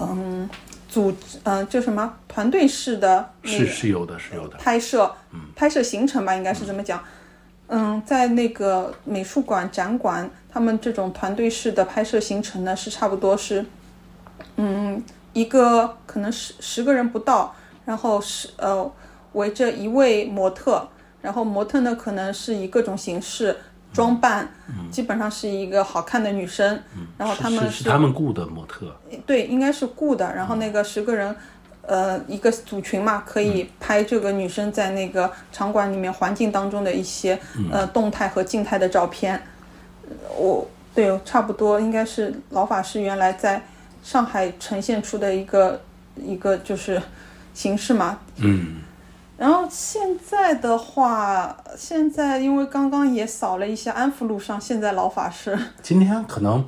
嗯组织嗯、就什么团队式的那是个是有的，是有的。嗯拍摄，拍摄行程吧，应该是这么讲。嗯，在那个美术馆、展馆，他们这种团队式的拍摄行程呢，是差不多是，嗯，一个可能十十个人不到，然后是呃围着一位模特，然后模特呢可能是以各种形式装扮，基本上是一个好看的女生，然后他们嗯是是呃他们雇的模特，对，应该是雇的。然后那个十个人，呃，一个组群嘛，可以拍这个女生在那个场馆里面环境当中的一些、呃动态和静态的照片。呃我对，差不多应该是老法师原来在上海呈现出的一个一个就是形式嘛。嗯，然后现在的话，现在因为刚刚也扫了一下安福路上，现在老法师，今天可能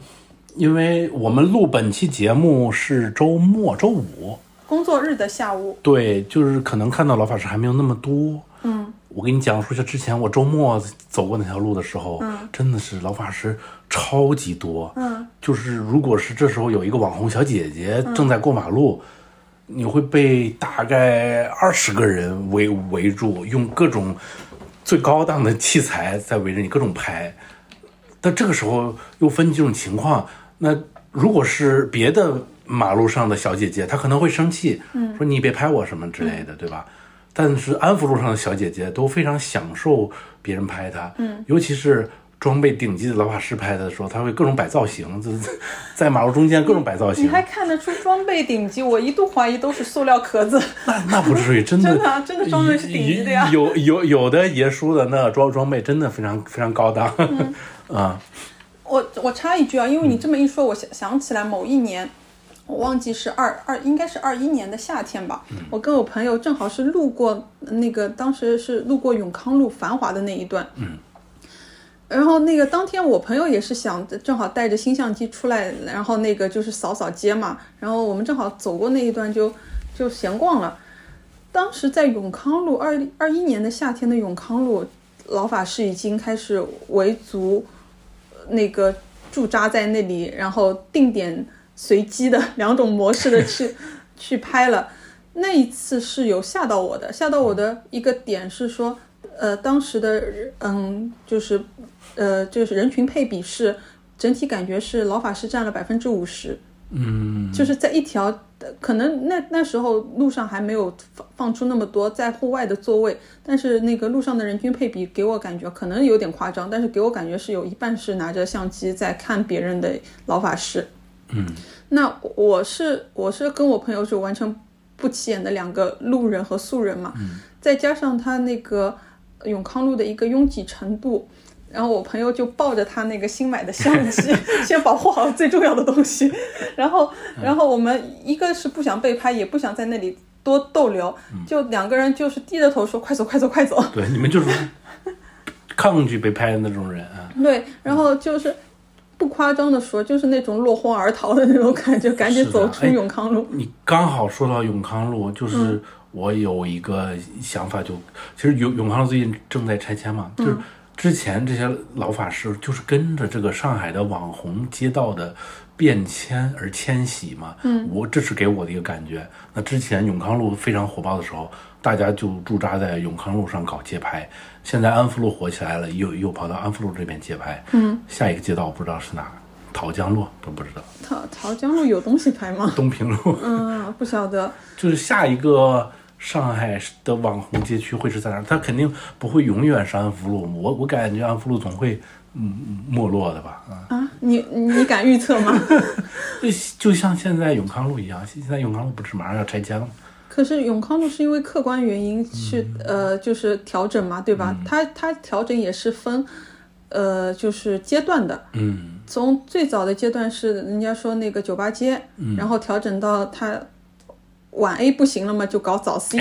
因为我们录本期节目是周末周五，工作日的下午，对，就是可能看到老法师还没有那么多。嗯，我跟你讲述一下之前我周末走过那条路的时候，真的是老法师超级多。嗯，就是如果是这时候有一个网红小姐姐正在过马路。你会被大概二十个人围围住，用各种最高档的器材在围着你各种拍，但这个时候又分几种情况，那如果是别的马路上的小姐姐，她可能会生气，嗯说你别拍我什么之类的，对吧？但是安福路上的小姐姐都非常享受别人拍她，嗯，尤其是装备顶级的老法师拍她的时候，她会各种摆造型，就是在在马路中间各种摆造型你，还看得出装备顶级？我一度怀疑都是塑料壳子。那那不至于，真的真的啊真的装备是顶级的呀有有有的爷叔的那装装备真的非常非常高档，嗯啊，我我插一句啊，因为你这么一说，我想想起来某一年，我忘记是二二，应该是二一年的夏天吧。我跟我朋友正好是路过那个，当时是路过永康路繁华的那一段。嗯。然后那个当天我朋友也是想，正好带着新相机出来，然后那个就是扫扫街嘛。然后我们正好走过那一段就就闲逛了。当时在永康路二二一年的夏天的永康路，老法师已经开始围族那个驻扎在那里，然后定点随机的两种模式的去去拍了。那一次是有吓到我的，吓到我的一个点是说，呃，当时的嗯，就是呃，就是人群配比是整体感觉是老法师占了百分之五十，嗯，就是在一条呃可能那那时候路上还没有放放出那么多在户外的座位，但是那个路上的人均配比给我感觉可能有点夸张，但是给我感觉是有一半是拿着相机在看别人的老法师，那我是我是跟我朋友是完全不起眼的两个路人和素人嘛，再加上他那个永康路的一个拥挤程度，然后我朋友就抱着他那个新买的相机，先保护好最重要的东西， 然后然后我们一个是不想被拍，也不想在那里多逗留，嗯就两个人就是低着头说快走快走快走， 对，你们就是抗拒被拍的那种人啊，对，然后就是。不夸张的说，就是那种落荒而逃的那种感觉，赶紧是的走出哎永康路。你刚好说到永康路，就是我有一个想法就，其实永永康路最近正在拆迁嘛，就是之前这些老法师就是跟着这个上海的网红街道的变迁而迁徙嘛，嗯，我这是给我的一个感觉。那之前永康路非常火爆的时候，大家就驻扎在永康路上搞街拍，现在安福路火起来了，又又跑到安福路这边街拍，嗯，下一个街道不知道是哪，桃江路都不知道，桃桃江路有东西拍吗？东平路。嗯，不晓得。就是下一个上海的网红街区会是在哪儿？它肯定不会永远是安福路，我我感觉安福路总会嗯没落的吧？啊，啊，你你敢预测吗？ 就就像现在永康路一样，现现在永康路不是马上要拆迁了吗？可是永康路是因为客观原因去、嗯呃，就是调整嘛，对吧？它它调整也是分呃，就是阶段的。嗯，从最早的阶段是人家说那个酒吧街，嗯然后调整到它晚 A 不行了嘛，就搞早 C，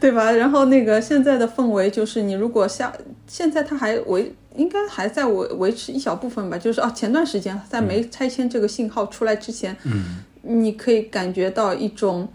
对吧？然后那个现在的氛围就是，你如果下现在它还维应该还在维维持一小部分吧，就是啊，前段时间在没拆迁这个信号出来之前，嗯，你可以感觉到一种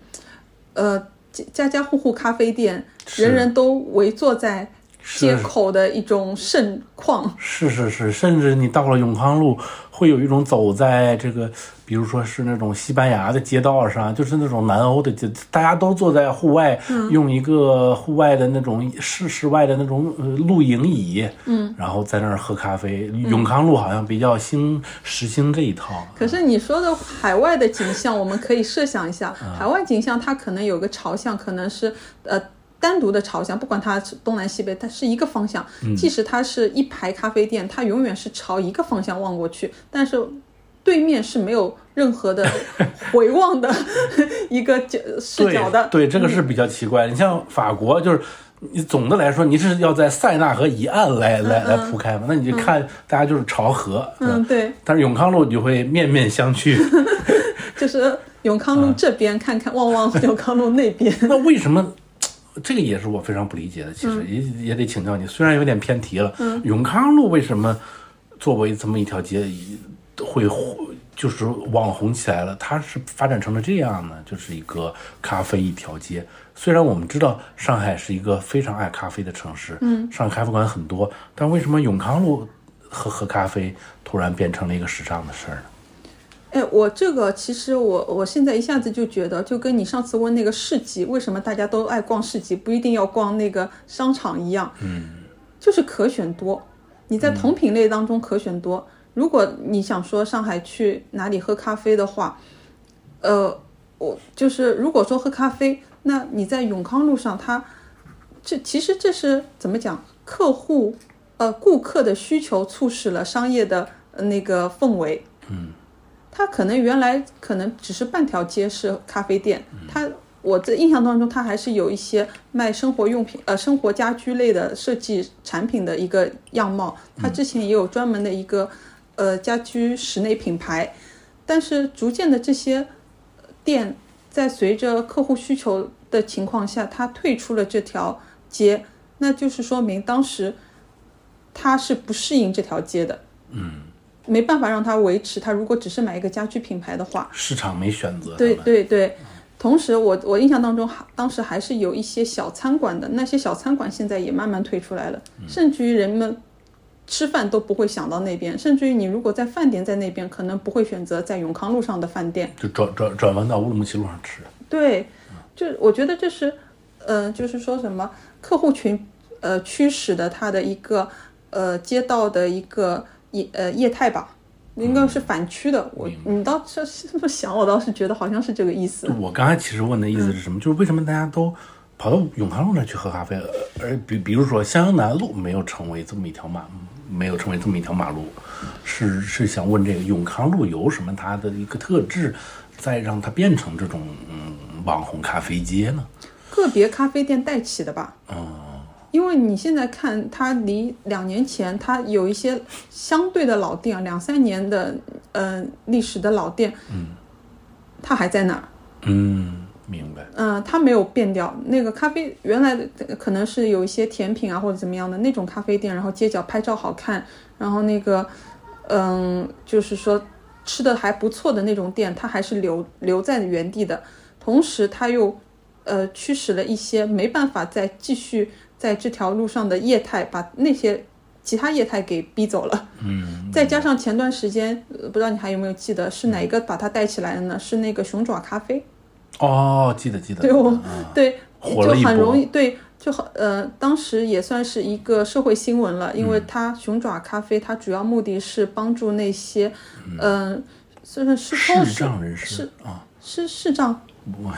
呃家家家户户咖啡店，是人人都围坐在是街口的一种盛况。是是是，甚至你到了永康路，会有一种走在这个，比如说是那种西班牙的街道上，就是那种南欧的街，大家都坐在户外，嗯用一个户外的那种室室外的那种呃露营椅，嗯，然后在那儿喝咖啡。嗯永康路好像比较兴实行这一套，可是你说的海外的景象，我们可以设想一下，啊海外景象它可能有个朝向，可能是呃单独的朝向，不管它是东南西北，它是一个方向。嗯即使它是一排咖啡店，它永远是朝一个方向望过去，但是对面是没有任何的回望的 一个角视角的。嗯对，对，这个是比较奇怪。你像法国，就是你总的来说，你是要在塞纳河以岸来来来铺开嘛？那你就看大家就是朝河，嗯，对，但是永康路你就会面面相觑。 就是永康啊路这边看看，望望永康路那边。那为什么？这个也是我非常不理解的，其实也、嗯也得请教你。虽然有点偏题了，永康路为什么作为这么一条街会火就是网红起来了？它是发展成了这样呢？就是一个咖啡一条街。虽然我们知道上海是一个非常爱咖啡的城市，嗯，上海咖啡馆很多，但为什么永康路喝喝咖啡突然变成了一个时尚的事儿呢？哎，我这个其实我我现在一下子就觉得，就跟你上次问那个市集，为什么大家都爱逛市集，不一定要逛那个商场一样，嗯，就是可选多。你在同品类当中可选多。如果你想说上海去哪里喝咖啡的话，呃，我就是如果说喝咖啡，那你在永康路上，它这其实这是怎么讲？客户呃，顾客的需求促使了商业的呃那个氛围。它可能原来可能只是半条街是咖啡店，它我在印象当中，它还是有一些卖生活用品、呃生活家居类的设计产品的一个样貌。它之前也有专门的一个呃家居室内品牌，但是逐渐的这些呃店在随着客户需求的情况下，它退出了这条街，那就是说明当时它是不适应这条街的。没办法让它维持。它如果只是买一个家居品牌的话，市场没选择，对对对。同时我，我印象当中还当时还是有一些小餐馆的，那些小餐馆现在也慢慢退出来了，嗯甚至于人们吃饭都不会想到那边，甚至于你如果在饭点在那边，可能不会选择在永康路上的饭店。就转转转弯到乌鲁木齐路上吃。对，就我觉得这是，呃，就是说什么客户群，呃，驱使的它的一个呃街道的一个业呃业态吧，应该是反驱的。我你倒这这么想，我倒是觉得好像是这个意思就。我刚才其实问的意思是什么？嗯就是为什么大家都跑到永康路那儿去喝咖啡，而而比比如说襄阳南路没有成为这么一条马，没有成为这么一条马路，是是想问这个永康路有什么它的一个特质，再让它变成这种嗯网红咖啡街呢？个别咖啡店带起的吧。因为你现在看它离两年前，它有一些相对的老店，啊两三年的呃历史的老店，嗯，它还在那儿，嗯，明白。嗯、它没有变掉。那个咖啡原来的呃可能是有一些甜品啊或者怎么样的那种咖啡店，然后街角拍照好看，然后那个，嗯，就是说吃的还不错的那种店，它还是留留在原地的。同时，它又呃驱使了一些没办法再继续在这条路上的业态，把那些其他业态给逼走了。嗯，再加上前段时间，呃不知道你还有没有记得是哪一个把它带起来的呢？是那个熊爪咖啡。哦，记得记得。对我 对火就啊了一很波容易对就很呃，当时也算是一个社会新闻了，因嗯为它熊爪咖啡，它主要目的是帮助那些嗯，算、是失聪视障人士是啊，是视障，我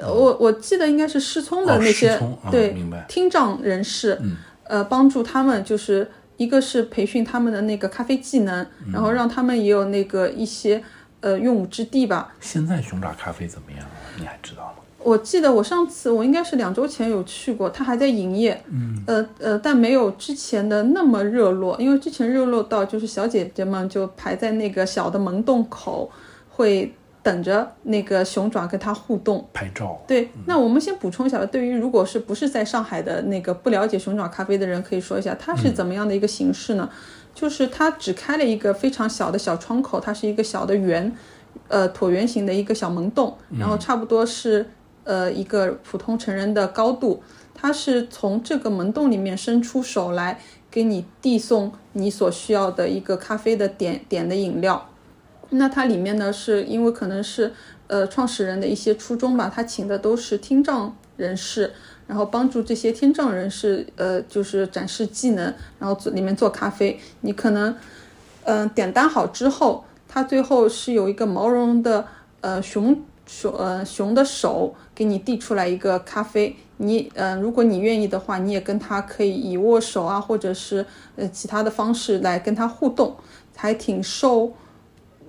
呃我我记得应该是失聪的哦那些、失聪啊对、明白嗯听障人士，呃，帮助他们就是一个是培训他们的那个咖啡技能，嗯然后让他们也有那个一些呃用武之地吧，现在熊爪咖啡怎么样了？你还知道吗？我记得我上次我应该是两周前有去过，它还在营业，嗯，呃呃，但没有之前的那么热络，因为之前热络到就是小姐姐们就排在那个小的门洞口，会等着那个熊爪跟它互动。拍照。对，那我们先补充一下吧。对于如果是不是在上海的那个不了解熊爪咖啡的人，可以说一下它是怎么样的一个形式呢？就是它只开了一个非常小的小窗口，它是一个小的圆，呃，椭圆形的一个小门洞，然后差不多是呃一个普通成人的高度。它是从这个门洞里面伸出手来，给你递送你所需要的一个咖啡的点点的饮料。那它里面呢，是因为可能是呃创始人的一些初衷吧，他请的都是听障人士，然后帮助这些听障人士呃就是展示技能，然后做里面做咖啡。你可能嗯、呃点单好之后，它最后是有一个毛茸茸的呃熊熊呃熊的手给你递出来一个咖啡。你呃，如果你愿意的话，你也跟他可以以握手啊，或者是呃其他的方式来跟他互动，还挺受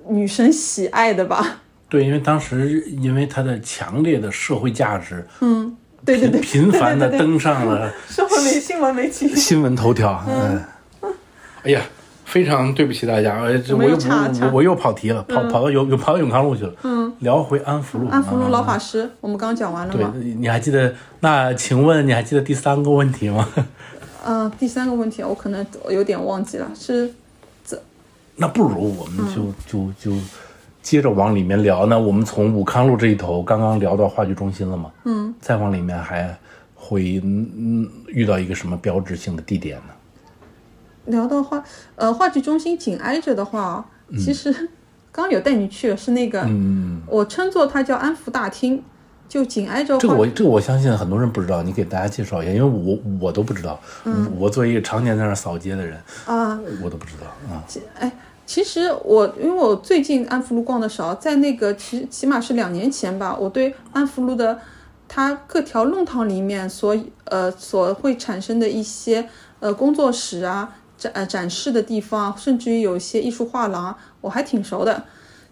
女神喜爱的吧？对，因为当时因为它的强烈的社会价值，对嗯对频对， 频繁的对对对对登上了社会媒新闻媒体。新闻头条。嗯，哎呀，非常对不起大家，哎这我我们又又岔岔嗯我我又跑题了，跑跑到永跑到永康路去了。嗯，聊回安福路。安福路嗯老法师，我们刚刚讲完了对吗，？你还记得？那请问你还记得第三个问题吗？呃，第三个问题我可能有点忘记了，是那不如我们就、嗯就就接着往里面聊。那我们从武康路这一头刚刚聊到话剧中心了嘛？嗯，再往里面还会嗯嗯遇到一个什么标志性的地点呢？聊到话，呃，话剧中心紧挨着的话，嗯其实刚刚有带你去是那个，我称作它叫安福大厅，就紧挨着这个花我这个我相信很多人不知道，你给大家介绍一下，因为我我都不知道，我作为一个常年在那儿扫街的人，嗯啊，我都不知道啊。哎，其实我因为我最近安福路逛的少，在那个起起码是两年前吧，我对安福路的它各条弄堂里面所呃所会产生的一些呃工作室啊展呃展示的地方啊，甚至于有一些艺术画廊啊，我还挺熟的。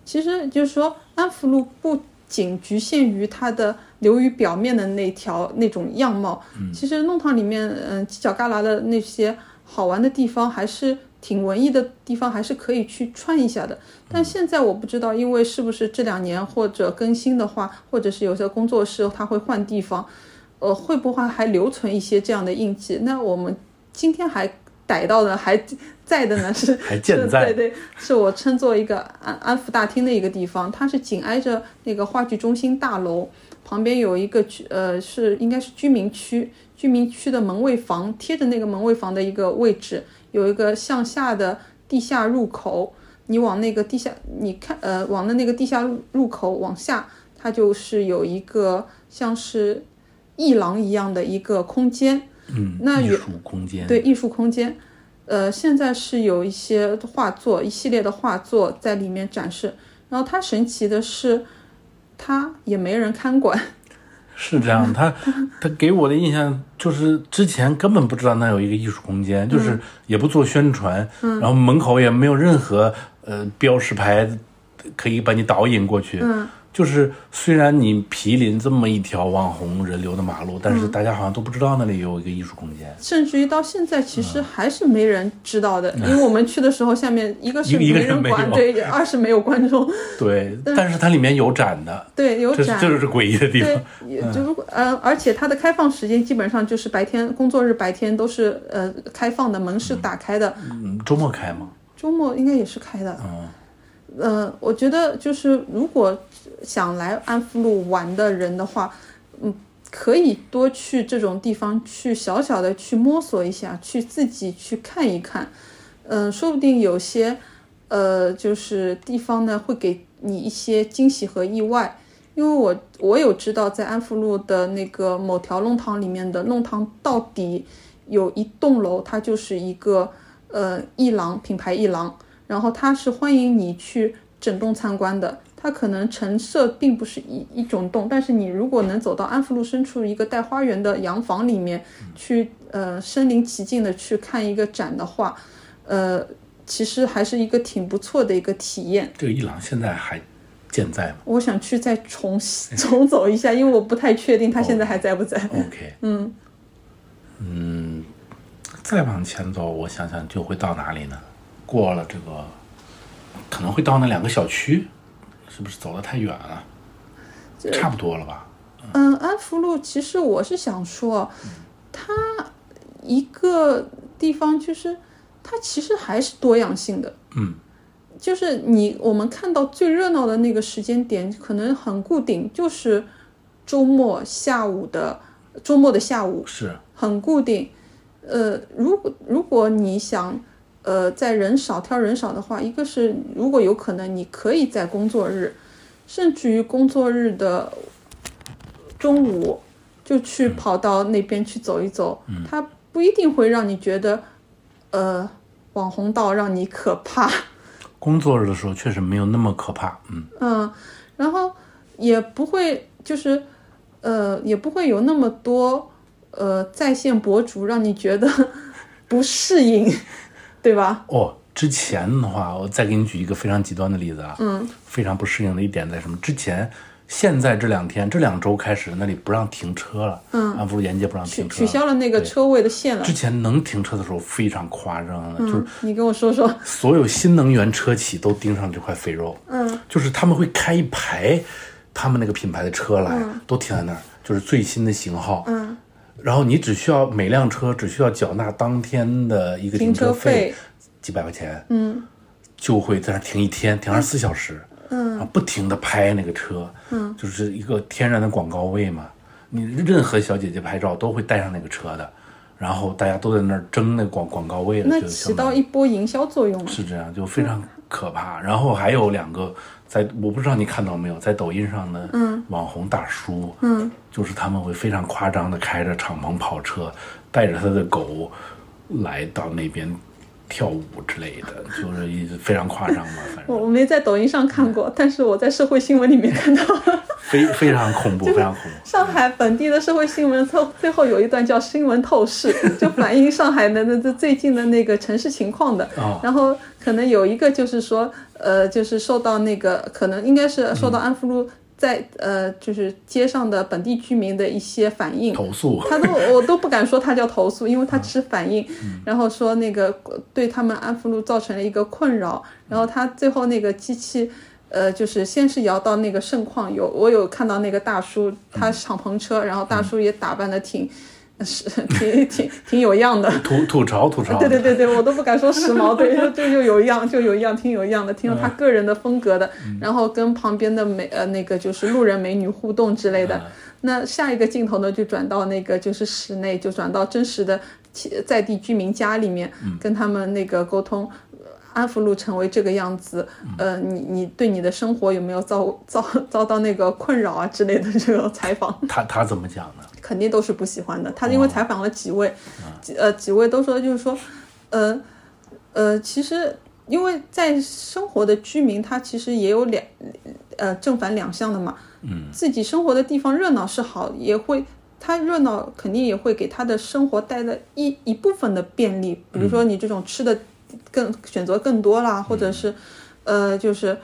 其实就是说，安福路不仅局限于它的流于表面的那条那种样貌，其实弄堂里面，嗯、犄角旮旯的那些好玩的地方，还是挺文艺的地方，还是可以去串一下的。但现在我不知道，因为是不是这两年或者更新的话，或者是有些工作室它会换地方，呃，会不会还留存一些这样的印记？那我们今天还逮到的还 在的呢，是 还健在是对对，是我称作一个安安福大厅的一个地方，它是紧挨着那个话剧中心大楼，旁边有一个居呃是应该是居民区，居民区的门卫房贴着那个门卫房的一个位置，有一个向下的地下入口，你往那个地下，你看呃往的那个地下入入口往下，它就是有一个像是艺廊一样的一个空间，嗯，那艺有术空间，对艺术空间，呃，现在是有一些画作，一系列的画作在里面展示。然后它神奇的是，它也没人看管，是这样。 他他给我的印象就是之前根本不知道那有一个艺术空间，嗯就是也不做宣传，然后门口也没有任何呃标识牌可以把你导引过去。嗯就是虽然你毗邻这么一条网红人流的马路，嗯但是大家好像都不知道那里有一个艺术空 间。甚至于到现在其啊实还是没人知道的，因为我们去的时候，下面一个是一没个人人没管，有对，二是没有观众，对，但是它里面有展的，对，有这是嗯展，这就是诡异的地对方。，也就如果呃，而且它的开放时间基本上就是白天工作日白天都是呃开放的，门是打开的，嗯，周末开吗？周末应该也是开的。嗯，呃，我觉得就是如果想来安福路玩的人的话，嗯，可以多去这种地方去小小的去摸索一下，去自己去看一看。嗯、说不定有些呃，就是地方呢会给你一些惊喜和意外。因为我我有知道，在安福路的那个某条弄堂里面的弄堂到底有一栋楼，它就是一个呃艺廊品牌艺廊，然后它是欢迎你去整栋参观的。它可能陈设并不是一一整栋，但是你如果能走到安福路深处一个带花园的洋房里面去，呃，身临其境的去看一个展的话，呃，其实还是一个挺不错的一个体验。这个伊朗现在还健在吗我想去再重 重走一下，因为我不太确定他现在还在不在。 ？OK，嗯嗯，再往前走，我想想就会到哪里呢？过了这个，可能会到那两个小区，是不是走得太远了？差不多了吧？嗯，安福路其实我是想说，它一个地方就是它其实还是多样性的。嗯，就是你我们看到最热闹的那个时间点，可能很固定，就是周末下午的周末的下午，是，很固定。呃，如果如果你想，呃，在人少挑人少的话，一个是如果有可能，你可以在工作日，甚至于工作日的中午就去跑到那边去走一走，它不一定会让你觉得，呃，网红到让你可怕。工作日的时候确实没有那么可怕。嗯，嗯，然后也不会就是，呃，也不会有那么多呃在线博主让你觉得不适应，对吧？哦，之前的话，我再给你举一个非常极端的例子啊。嗯，非常不适应的一点在什么？之前。现在这两天，这两周开始，那里不让停车了。嗯，安福路沿街不让取停车取了消了那个车位的线了之。前能停车的时候非常夸张嗯的，就是你跟我说说，所有新能源车企都盯上这块肥肉，嗯，就是他们会开一排他们那个品牌的车来，都停在那儿，就是最新的型号，嗯，然后你只需要每辆车只需要缴纳当天的一个停车车费几百块钱，嗯，就会在那儿停一天，停二十四小时，嗯，不停的拍那个车，嗯，就是一个天然的广告位嘛，你任何小姐姐拍照都会带上那个车的。然后大家都在那儿争那广广告位了，那就起相当于到一波营销作用了。嗯是这样，就非常可怕。然后还有两个在，我不知道你看到没有，在抖音上的嗯网红大叔，嗯，就是他们会非常夸张的开着敞篷跑车，带着他的狗来到那边跳舞之类的，就是一直非常夸张嘛，反我正我没在抖音上看过，但是我在社会新闻里面看到非非常恐怖，非常恐怖。上海本地的社会新闻，最后最后有一段叫新闻透视，就反映上海的那那最近的那个城市情况的。哦然后可能有一个就是说，呃，就是受到那个可能应该是受到安福路在、呃就是街上的本地居民的一些反应，投诉，他都我都不敢说他叫投诉，因为他只是反映，然后说那个呃对他们安福路造成了一个困扰，然后他最后那个机器。呃，就是先是摇到那个盛况，有我有看到那个大叔，他敞篷车，然后大叔也打扮的挺，呃是挺挺挺有样的，吐吐槽吐槽，对对对对，我都不敢说时髦，对，就就就有样，就有样，挺有样的，挺有他个人的风格的。然后跟旁边的美呃那个就是路人美女互动之类的。那下一个镜头呢，就转到那个就是室内，就转到真实的其在地居民家里面，跟他们那个沟通。呃安福路成为这个样子，呃，你你对你的生活有没有遭遭遭到那个困扰啊之类的这种采访？他他怎么讲呢？肯定都是不喜欢的。他因为采访了几位，几呃几位都说就是说，呃呃，其实因为在生活的居民，他其实也有两呃正反两项的嘛。嗯，自己生活的地方热闹是好，也会。他热闹肯定也会给他的生活带来一一部分的便利，比如说你这种吃的更选择更多嗯啦，或者是，呃，就是，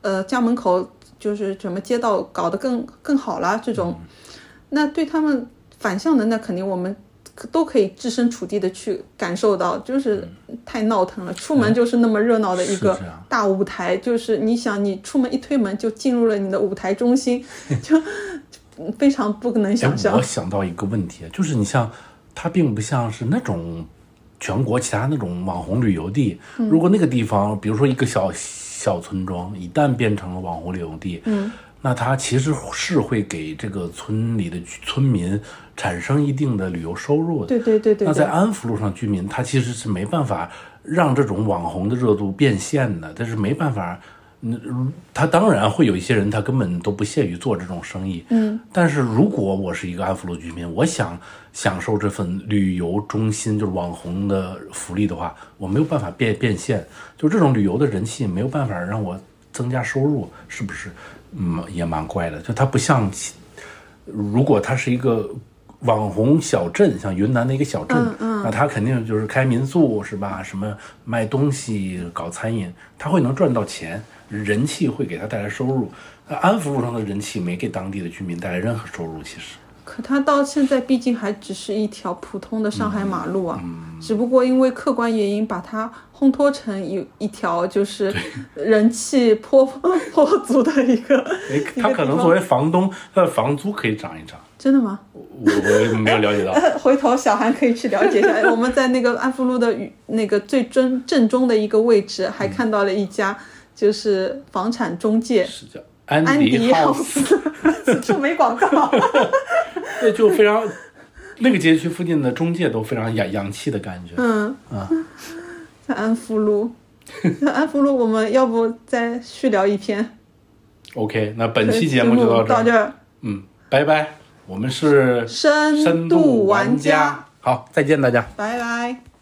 呃，家门口就是什么街道搞得更更好啦，这种嗯那对他们反向的，那肯定我们可都可以置身处地的去感受到，就是太闹腾了。出门就是那么热闹的一个嗯哎是这样大舞台，就是你想，你出门一推门就进入了你的舞台中心，就就非常不能想哎，象我。想到一个问题，就是你像它并不像是那种全国其他那种网红旅游地，嗯如果那个地方，比如说一个小小村庄，一旦变成了网红旅游地，嗯，那它其实是会给这个村里的居村民产生一定的旅游收入的。对对对对那在对，安福路上，居民他其实是没办法让这种网红的热度变现的，但是没办法。嗯，他当然会有一些人，他根本都不屑于做这种生意。嗯，但是如果我是一个安福路居民，我想享受这份旅游中心就是网红的福利的话，我没有办法变变现，就这种旅游的人气没有办法让我增加收入，是不是？嗯，也蛮怪的，就它不像其如果它是一个网红小镇，像云南的一个小镇，那它肯定就是开民宿是吧？什么卖东西、搞餐饮，它会能赚到钱，人气会给它带来收入。那安福路上的人气没给当地的居民带来任何收入，其 实可它到现在毕竟还只是一条普通的上海嗯马路啊，只不过因为客观原因把它烘托成一一条就是人气颇 颇足的一个。哎，他可能作为房东，他的房租可以涨一涨。真的吗？呃我我没有了解到，回头小韩可以去了解一下。哎我们在那个安福路的与那个最正正中的一个位置，嗯还看到了一家就是房产中介是叫安安迪迪 House， House，这 没广告。那就非常。那个街区附近的中介都非常洋洋气的感觉，嗯 啊，在安福路，在安福路，我们要不再续聊一篇？ OK，那本期节目就到这到儿，这儿，嗯，拜拜。我们是深深度度玩玩家，好，再见大家。拜拜。